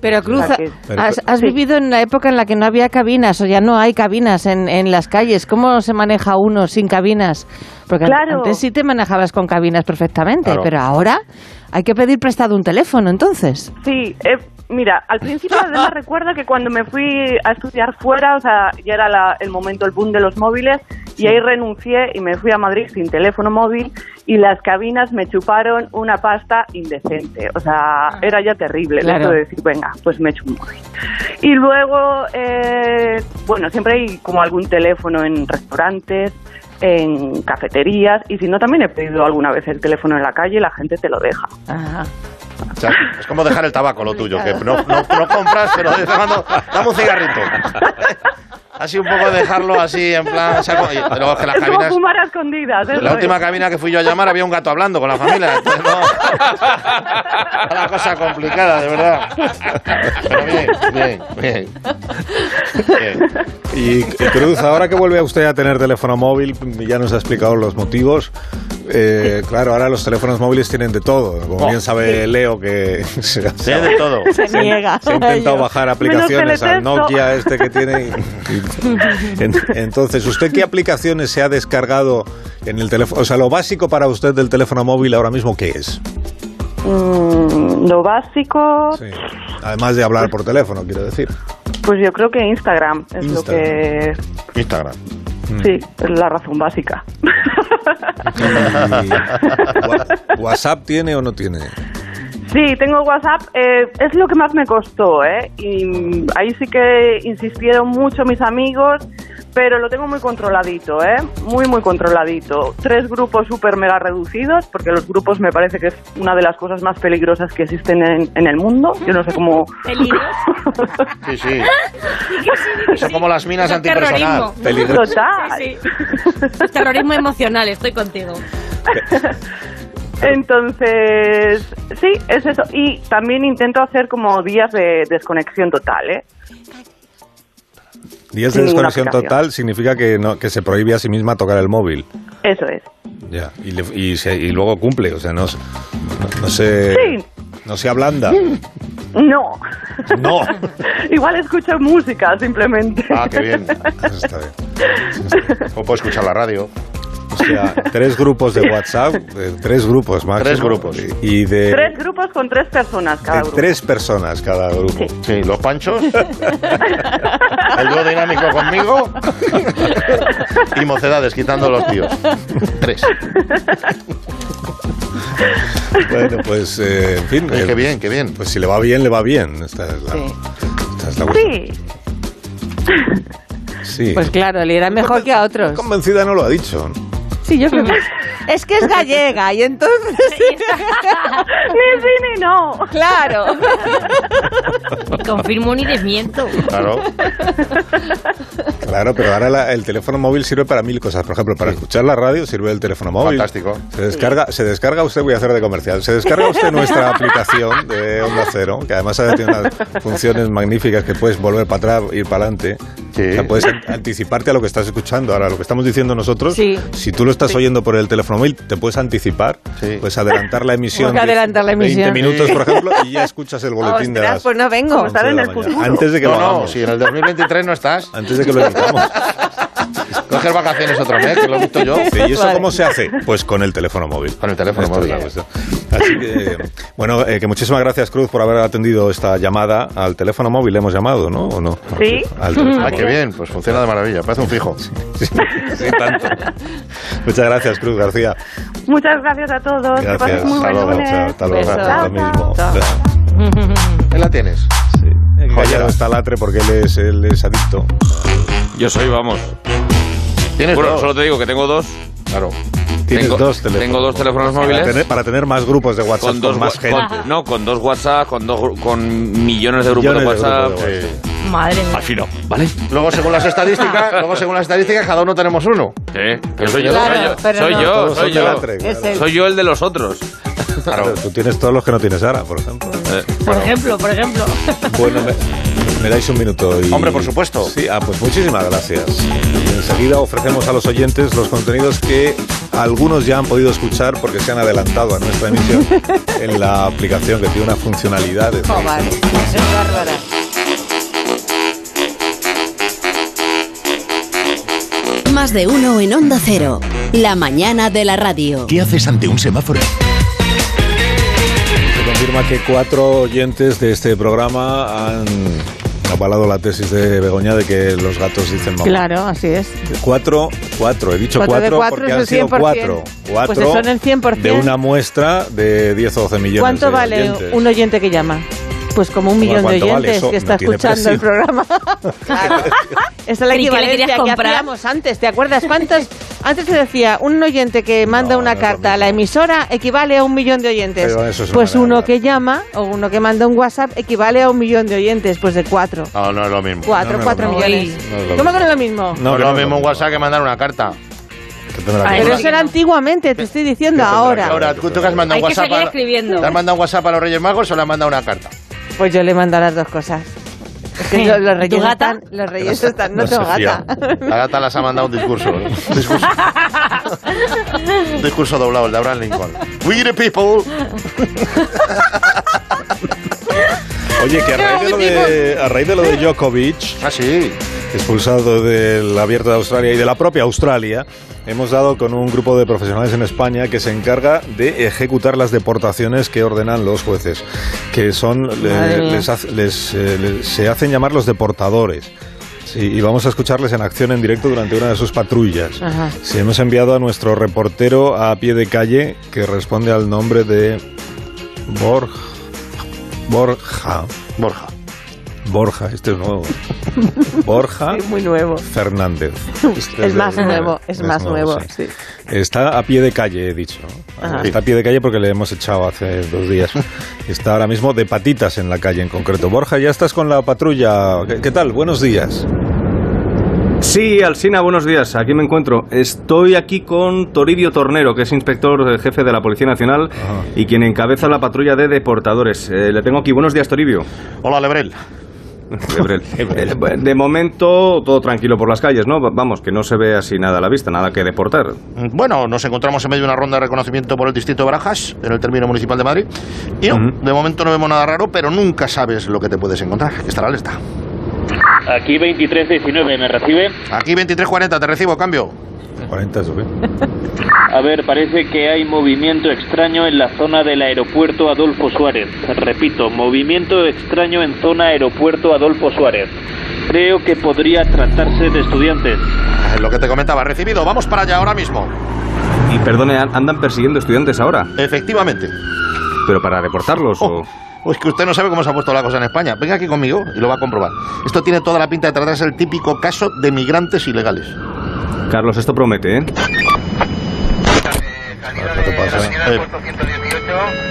Speaker 4: Pero Cruz,
Speaker 13: Claro que-
Speaker 4: has, has
Speaker 13: Sí.
Speaker 4: vivido en la época en la que no había cabinas o ya no hay cabinas en, en las calles. ¿Cómo se maneja uno sin cabinas? Porque an-
Speaker 13: Claro.
Speaker 4: antes sí te manejabas con cabinas perfectamente,
Speaker 13: Claro.
Speaker 4: pero ahora hay que pedir prestado un teléfono, entonces.
Speaker 13: Sí, eh, mira, al principio además recuerdo que cuando me fui a estudiar fuera, o sea, ya era la- el momento, el boom de los móviles, y ahí renuncié y me fui a Madrid sin teléfono móvil y las cabinas me chuparon una pasta indecente. O sea, era ya terrible el
Speaker 17: Claro.
Speaker 13: hecho de decir, venga, pues me echo un móvil. Y luego, eh, bueno, siempre hay como algún teléfono en restaurantes, en cafeterías, y si no, también he pedido alguna vez el teléfono en la calle y la gente te lo deja.
Speaker 3: O sea, es como dejar el tabaco, lo tuyo, que no, no, no compras, pero de vez en cuando, dame un cigarrito. Así un poco dejarlo así, en plan... o sea, como- y luego es que las
Speaker 13: es como
Speaker 3: cabinas...
Speaker 13: fumar a escondidas. eso
Speaker 3: La última
Speaker 13: es.
Speaker 3: cabina que fui yo a llamar había un gato hablando con la familia. entonces no. Una cosa complicada, de verdad. Pero bien, bien, bien.
Speaker 1: Y, y Cruz, ahora que vuelve usted a tener teléfono móvil, ya nos ha explicado los motivos. Eh, claro, ahora los teléfonos móviles tienen de todo. Como
Speaker 3: Oh,
Speaker 1: bien sabe Leo que se,
Speaker 3: Tiene de todo. Se
Speaker 1: ha-
Speaker 3: niega.
Speaker 1: se ha intentado
Speaker 3: Yo.
Speaker 1: bajar
Speaker 3: Menos
Speaker 1: aplicaciones al
Speaker 3: teletexto.
Speaker 1: Nokia este que tiene. y- y- en- entonces, ¿usted qué aplicaciones se ha descargado en el teléfono? O sea, lo básico para usted del teléfono móvil ahora mismo, ¿qué es?
Speaker 13: Mm, lo básico,
Speaker 1: Sí. Además de hablar por teléfono, quiero decir.
Speaker 13: pues yo creo que Instagram es lo
Speaker 1: Instagram.
Speaker 13: que.
Speaker 1: Instagram. Mm.
Speaker 13: Sí, es la razón básica.
Speaker 1: ¿WhatsApp tiene o no tiene?
Speaker 13: Sí, tengo WhatsApp. eh, es lo que más me costó, ¿eh? Y mm, ahí sí que insistieron mucho mis amigos, pero lo tengo muy controladito, ¿eh? Muy, muy controladito. Tres grupos súper mega reducidos, porque los grupos me parece que es una de las cosas más peligrosas que existen en, en el mundo. Yo no sé cómo...
Speaker 3: Sí, sí. Son como las minas
Speaker 6: Eso es
Speaker 3: antipersonal.
Speaker 6: terrorismo. Total. Sí, sí. Terrorismo emocional, estoy contigo.
Speaker 13: Entonces, sí, es eso. Y también intento hacer como días de desconexión total, ¿eh?
Speaker 1: 10 de
Speaker 13: Sin ninguna
Speaker 1: desconexión
Speaker 13: aplicación.
Speaker 1: total significa que, no, que se prohíbe a sí misma tocar el móvil.
Speaker 13: Eso es.
Speaker 1: Ya. Y, le- y se- y luego cumple, o sea, no, se- no, no se.
Speaker 13: Sí.
Speaker 1: No se ablanda.
Speaker 13: No.
Speaker 1: No.
Speaker 13: Igual escucho música, simplemente.
Speaker 3: Ah, qué bien. O puedo escuchar la radio.
Speaker 1: O sea, tres grupos de WhatsApp, eh, tres grupos máximo.
Speaker 3: Tres grupos.
Speaker 1: Y de de
Speaker 13: Tres grupos con tres personas cada grupo.
Speaker 1: tres personas cada grupo.
Speaker 3: Sí, los panchos. El dúo dinámico conmigo. Y mocedades, quitando los tíos. Tres.
Speaker 1: Bueno, pues, eh, en fin. qué bien,
Speaker 3: qué bien.
Speaker 1: Pues si le va bien, le va bien. Esta es la, esta es la
Speaker 13: Sí.
Speaker 1: Sí.
Speaker 4: Pues claro, le irá mejor que a otros.
Speaker 1: Convencida no lo ha dicho.
Speaker 4: Sí, yo creo que- Es que es gallega y entonces...
Speaker 13: ni sí ni no.
Speaker 4: Claro.
Speaker 6: Confirmo ni desmiento.
Speaker 1: Claro. Claro, pero ahora la- el teléfono móvil sirve para mil cosas. Por ejemplo, para escuchar la radio sirve el teléfono móvil.
Speaker 3: Fantástico.
Speaker 1: Se descarga, se descarga usted, voy a hacer de comercial, se descarga usted nuestra aplicación de Onda Cero, que además ahora tiene unas funciones magníficas que puedes volver para atrás, ir para adelante. O sea, puedes an- anticiparte a lo que estás escuchando. Ahora, lo que estamos diciendo nosotros,
Speaker 4: Sí.
Speaker 1: si tú lo estás oyendo por el teléfono móvil, te puedes anticipar, puedes adelantar la emisión.
Speaker 4: Puedes adelantar la emisión.
Speaker 1: 20 minutos, por ejemplo, y ya escuchas el boletín de
Speaker 4: Ostras,
Speaker 1: las
Speaker 4: pues no vengo.
Speaker 1: once de la mañana. Antes de que
Speaker 3: no,
Speaker 1: lo
Speaker 3: no,
Speaker 1: hagamos.
Speaker 3: si en el 2023 no estás.
Speaker 1: Antes de que lo hagamos.
Speaker 3: Coger vacaciones otra vez, que lo he visto yo.
Speaker 1: Sí, ¿Y eso cómo se hace? Pues con el teléfono móvil. Con el teléfono
Speaker 3: móvil.
Speaker 1: Así que, bueno, eh, que muchísimas gracias, Cruz, por haber atendido esta llamada al teléfono móvil. Hemos llamado, ¿no? ¿O no?
Speaker 13: Sí.
Speaker 1: Al teléfono
Speaker 3: Ah, qué bien, pues funciona de maravilla, parece un fijo.
Speaker 1: móvil. Sí, tanto. Muchas gracias, Cruz García.
Speaker 13: Muchas gracias a todos. Pues que paséis
Speaker 1: Gracias.
Speaker 13: muy
Speaker 1: Hasta
Speaker 13: buen
Speaker 1: luego.
Speaker 13: lunes.
Speaker 1: chao, hasta luego.
Speaker 13: Besos.
Speaker 1: Hasta mismo.
Speaker 3: Ahí la tienes.
Speaker 1: Joyero está latre porque él es, él es adicto.
Speaker 17: Yo soy, vamos. bueno, solo te digo que tengo dos.
Speaker 3: Claro.
Speaker 1: Tienes
Speaker 17: Tengo-
Speaker 1: dos teléfonos.
Speaker 17: Tengo dos teléfonos
Speaker 1: Para
Speaker 17: móviles.
Speaker 1: tener- para tener más grupos de WhatsApp con,
Speaker 17: dos
Speaker 1: más
Speaker 17: wa-
Speaker 1: gente.
Speaker 17: con- no, con dos WhatsApp, con, dos, gru- con millones de grupos
Speaker 1: Millones
Speaker 17: de
Speaker 1: de
Speaker 17: WhatsApp.
Speaker 1: grupos de WhatsApp.
Speaker 6: Madre mía.
Speaker 17: Así no, ¿vale?
Speaker 3: Luego según las estadísticas, luego según las estadísticas cada uno tenemos uno.
Speaker 17: Sí, pero ¿eh? soy yo,
Speaker 3: Claro,
Speaker 17: soy
Speaker 3: pero
Speaker 17: yo, soy
Speaker 3: no.
Speaker 17: yo,
Speaker 3: Todos
Speaker 17: soy
Speaker 3: son
Speaker 17: yo.
Speaker 3: de latre, Es claro. él.
Speaker 17: Soy yo el de los otros.
Speaker 1: Claro, tú tienes todos los que no tienes Sara, por ejemplo.
Speaker 3: Eh,
Speaker 6: Por ejemplo, por ejemplo.
Speaker 1: Bueno, me, me dais un minuto. Y,
Speaker 3: Hombre, por supuesto.
Speaker 1: Sí, ah, pues muchísimas gracias. Y enseguida ofrecemos a los oyentes los contenidos que algunos ya han podido escuchar porque se han adelantado a nuestra emisión en la aplicación que tiene una funcionalidad. de-
Speaker 4: Joder, es bárbara.
Speaker 12: Más de uno en Onda Cero. La mañana de la radio.
Speaker 18: ¿Qué haces ante un semáforo?
Speaker 1: Se confirma que cuatro oyentes de este programa han avalado la tesis de Begoña de que los gatos dicen mamá.
Speaker 4: Claro, así es.
Speaker 1: Cuatro, cuatro, he dicho
Speaker 4: Cuatro de
Speaker 1: cuatro,
Speaker 4: cuatro
Speaker 1: porque
Speaker 4: es
Speaker 1: han
Speaker 4: el
Speaker 1: sido
Speaker 4: 100%.
Speaker 1: cuatro.
Speaker 4: Pues
Speaker 1: Cuatro
Speaker 4: son el 100%.
Speaker 1: de una muestra de 10 o 12 millones
Speaker 4: ¿Cuánto
Speaker 1: de
Speaker 4: vale
Speaker 1: oyentes.
Speaker 4: un oyente que llama? Pues como un millón de
Speaker 1: ¿cuánto vale?
Speaker 4: oyentes
Speaker 1: Eso
Speaker 4: que
Speaker 1: no
Speaker 4: está
Speaker 1: tiene
Speaker 4: escuchando el
Speaker 1: precio.
Speaker 4: programa. Esa es
Speaker 6: Creí que
Speaker 4: la
Speaker 6: le
Speaker 4: equivalencia
Speaker 6: querías
Speaker 4: que
Speaker 6: comprar.
Speaker 4: hacíamos antes, ¿te acuerdas? ¿Cuántos? Antes se decía, un oyente que manda una carta a la emisora equivale a un millón de oyentes.
Speaker 1: Pero eso es una
Speaker 4: pues uno que llama o uno que manda un WhatsApp equivale a un millón de oyentes, pues de cuatro.
Speaker 3: No, no es lo mismo.
Speaker 4: Cuatro, cuatro millones. ¿Cómo que no es lo mismo?
Speaker 3: No, es Pues lo mismo un WhatsApp que mandar una carta.
Speaker 4: Pero eso era antiguamente, te estoy diciendo ahora.
Speaker 3: Ahora, tú tú que has mandado
Speaker 4: Hay
Speaker 3: un
Speaker 4: que
Speaker 3: WhatsApp.
Speaker 4: seguir
Speaker 3: a-
Speaker 4: escribiendo.
Speaker 3: ¿Te has mandado un WhatsApp a los Reyes Magos o le has mandado una carta?
Speaker 4: Pues yo le mando las dos cosas. Es que yo- los reyes
Speaker 3: ¿Tu gata?
Speaker 4: están, los reyes están, no, tengo gata.
Speaker 3: La gata las ha mandado un discurso. ¿eh? Un discurso, un discurso doblado, el de Abraham Lincoln. We the people.
Speaker 1: Oye, que a raíz, de lo de, a raíz de lo de Djokovic, expulsado del abierto de Australia y de la propia Australia, hemos dado con un grupo de profesionales en España que se encarga de ejecutar las deportaciones que ordenan los jueces, que son le-
Speaker 8: Madre mía.
Speaker 1: les hace- les, eh, le- se hacen llamar los deportadores. Sí, y vamos a escucharles en acción en directo durante una de sus patrullas.
Speaker 4: Ajá.
Speaker 1: Sí, hemos enviado a nuestro reportero a pie de calle que responde al nombre de Borja. Borja.
Speaker 3: Borja.
Speaker 1: Borja, este es nuevo. Borja
Speaker 4: Muy nuevo.
Speaker 1: Fernández. Este
Speaker 4: Es más
Speaker 1: de-
Speaker 4: nuevo, es más nuevo, sí.
Speaker 1: Está a pie de calle, he dicho.
Speaker 4: Ajá.
Speaker 1: Está a pie de calle porque le hemos echado hace dos días. Está ahora mismo de patitas en la calle en concreto. Borja, ya estás con la patrulla. ¿Qué, qué tal? Buenos días.
Speaker 19: Sí, Alsina, buenos días. Aquí me encuentro. Estoy aquí con Toribio Tornero, que es inspector eh, jefe de la Policía Nacional y quien encabeza la patrulla de deportadores. Eh, le tengo aquí. Buenos días, Toribio.
Speaker 3: Hola, Lebrel.
Speaker 19: Lebrel. Eh, De momento, todo tranquilo por las calles, ¿no? Va- Vamos, que no se ve así nada a la vista, nada que deportar.
Speaker 3: Bueno, nos encontramos en medio de una ronda de reconocimiento por el distrito de Barajas, en el término municipal de Madrid. Y no, de momento no vemos nada raro, pero nunca sabes lo que te puedes encontrar. Estará alerta.
Speaker 20: Aquí 2319, ¿me recibe?
Speaker 3: Aquí 2340, te recibo, cambio.
Speaker 1: 40 eso, ¿qué?
Speaker 20: A ver, parece que hay movimiento extraño en la zona del aeropuerto Adolfo Suárez. Repito, movimiento extraño en zona aeropuerto Adolfo Suárez. Creo que podría tratarse de estudiantes.
Speaker 3: Lo que te comentaba, recibido. Vamos para allá ahora mismo.
Speaker 19: Y perdone, an- andan persiguiendo estudiantes ahora.
Speaker 3: Efectivamente.
Speaker 19: ¿Pero para deportarlos o.?
Speaker 3: O es que usted no sabe cómo se ha puesto la cosa en España. Venga aquí conmigo y lo va a comprobar. Esto tiene toda la pinta de tratarse del típico caso de migrantes ilegales.
Speaker 19: Carlos, esto promete, ¿eh?
Speaker 3: Eh,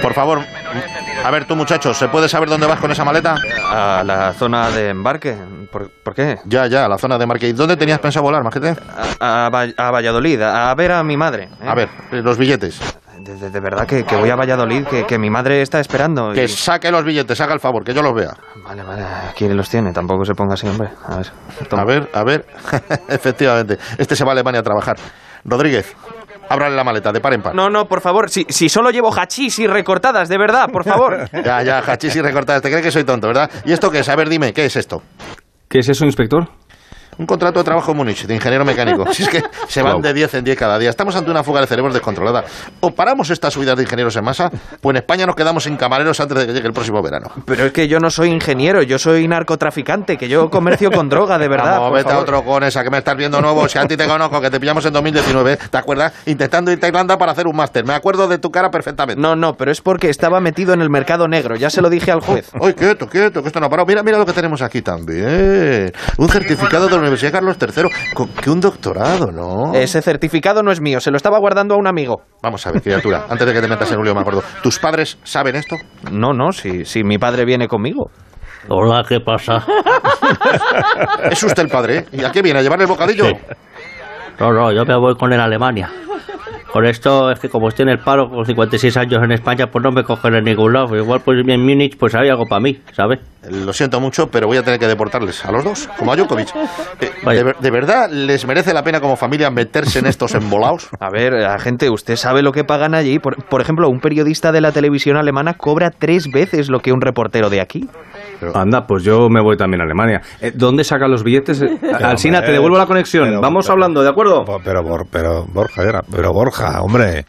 Speaker 3: por favor, a ver tú muchachos, ¿se puede saber dónde vas con esa maleta?
Speaker 19: A la zona de embarque. ¿Por, qué? Eh.
Speaker 3: Ya, ya, a la zona de embarque. ¿Y dónde tenías pensado volar, Majete?
Speaker 19: A, Valladolid, a ver a mi madre.
Speaker 3: A ver, eh, los billetes.
Speaker 19: De, de- de verdad que, que voy a Valladolid, que, que mi madre está esperando.
Speaker 3: Que saque los billetes, haga el favor, que yo los vea.
Speaker 19: Vale, vale, ¿quién los tiene? Tampoco se ponga así, hombre. A ver.
Speaker 3: A ver, a ver. Efectivamente, este se va a Alemania a trabajar. Rodríguez, ábrale la maleta, de par en par.
Speaker 21: No, no, por favor, si, si solo llevo hachís y recortadas, de verdad, por favor.
Speaker 3: Ya, ya, hachís y recortadas, te crees que soy tonto, ¿verdad? ¿Y esto qué es? A ver, dime, ¿qué es esto?
Speaker 19: ¿Qué es eso, inspector?
Speaker 3: Un contrato de trabajo en Múnich, de ingeniero mecánico. Si es que se van
Speaker 18: Wow.
Speaker 3: de 10 en 10 cada día. Estamos ante una fuga de cerebros descontrolada. O paramos estas subidas de ingenieros en masa, o en España nos quedamos sin camareros antes de que llegue el próximo verano.
Speaker 21: Pero es que yo no soy ingeniero, yo soy narcotraficante, que yo comercio con droga, de verdad.
Speaker 3: Vamos,
Speaker 21: por
Speaker 3: vete a
Speaker 21: favor.
Speaker 3: otro con esa que me estás viendo nuevo. Si a ti te conozco, que te pillamos en 2019, ¿te acuerdas? Intentando irte a Irlanda para hacer un máster. Me acuerdo de tu cara perfectamente.
Speaker 21: No, no, pero es porque estaba metido en el mercado negro, ya se lo dije al juez.
Speaker 3: Ay, quieto, quieto, que esto no ha parado. Mira, mira lo que tenemos aquí también. Un certificado de la Universidad Carlos III. Con, que un doctorado, ¿no?
Speaker 21: Ese certificado no es mío, se lo estaba guardando a un amigo.
Speaker 3: Vamos a ver, criatura, antes de que te metas en un lío más gordo. ¿Tus padres saben esto?
Speaker 21: No, no, si, si mi padre viene conmigo.
Speaker 2: Hola, ¿qué pasa?
Speaker 3: Es usted el padre, ¿eh? ¿Y a qué viene? ¿A llevar el bocadillo?
Speaker 2: Sí. No, no, yo me voy con él a Alemania. Con esto es que como estoy en el paro con 56 años en España, pues no me cogen en ningún lado. Igual pues en Múnich pues hay algo para mí, ¿sabes?
Speaker 3: Lo siento mucho, pero voy a tener que deportarles a los dos, como a Djokovic. Eh,
Speaker 21: Vaya.
Speaker 3: de, ver- de verdad les merece la pena como familia meterse en estos embolaos?
Speaker 21: A ver, la gente, usted sabe lo que pagan allí. Por, por ejemplo, un periodista de la televisión alemana cobra tres veces lo que un reportero de aquí.
Speaker 18: Anda, pues yo me voy también a Alemania. Eh, ¿Dónde saca los billetes? Eh, Alsina, te devuelvo la conexión. Vamos hablando, ¿de acuerdo?
Speaker 1: Pero, Bor- pero Borja, era- pero Borja, hombre,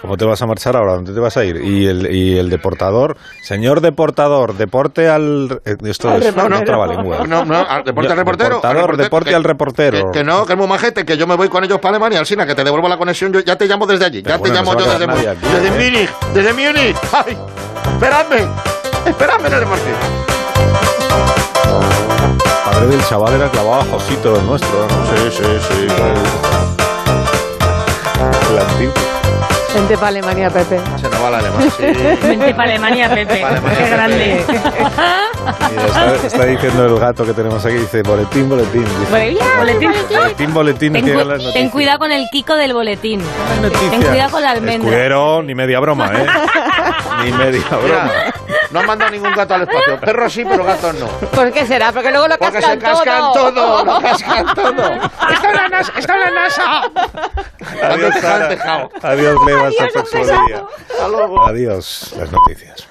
Speaker 1: ¿cómo te vas a marchar ahora? ¿Dónde te vas a ir? Y el, y el deportador, señor deportador, deporte al... eh, Esto
Speaker 3: Al
Speaker 1: es una
Speaker 3: reportero.
Speaker 1: trabalengua.
Speaker 3: No, no, al- deporte al reportero,
Speaker 1: Ya, deportador,
Speaker 3: al reportero,
Speaker 1: deporte
Speaker 3: que-
Speaker 1: al reportero.
Speaker 3: Que no, que es muy majete, que yo me voy con ellos para Alemania, Alsina, que te devuelvo la conexión, yo ya te llamo desde allí, ya
Speaker 1: bueno,
Speaker 3: te
Speaker 1: no
Speaker 3: llamo
Speaker 1: se va
Speaker 3: yo
Speaker 1: a
Speaker 3: desde,
Speaker 1: quedar nadie aquí,
Speaker 3: desde
Speaker 1: ¿eh?
Speaker 3: Múnich, desde Múnich, ay, esperadme, esperadme en el deporte.
Speaker 1: padre del chaval era clavado a Josito, el nuestro. Sí, sí, sí.
Speaker 4: Vente para Alemania, Pepe.
Speaker 3: Se nos va la alemán,
Speaker 6: Vente para Alemania, Pepe. Qué grande.
Speaker 1: Mira, Pues eh, está, está diciendo el gato que tenemos aquí, dice boletín, boletín. Dice,
Speaker 6: Boletín.
Speaker 1: boletín, boletín,
Speaker 6: Ten,
Speaker 1: llegan
Speaker 6: cu-
Speaker 1: las
Speaker 6: ten
Speaker 1: noticias.
Speaker 6: cuidado con el Kiko del boletín. Ten
Speaker 1: Noticias.
Speaker 6: cuidado con la almendra.
Speaker 1: Escudero, ni media broma, ¿eh? ni media broma.
Speaker 3: No han mandado ningún gato al espacio, perros sí, pero gatos no.
Speaker 4: ¿Por qué será? Porque luego lo
Speaker 3: Porque se
Speaker 4: cascan
Speaker 3: cascan
Speaker 4: todo.
Speaker 3: todo, lo cascan todo.
Speaker 4: ¡Está en la NASA! ¡Está en la NASA!
Speaker 3: Adiós,
Speaker 1: Sara.
Speaker 3: Tejao.
Speaker 1: Adiós, Leva. Hasta
Speaker 3: Adiós,
Speaker 1: el
Speaker 3: un
Speaker 1: próximo
Speaker 3: besazo.
Speaker 1: día.
Speaker 3: Hasta luego.
Speaker 1: Adiós, las noticias.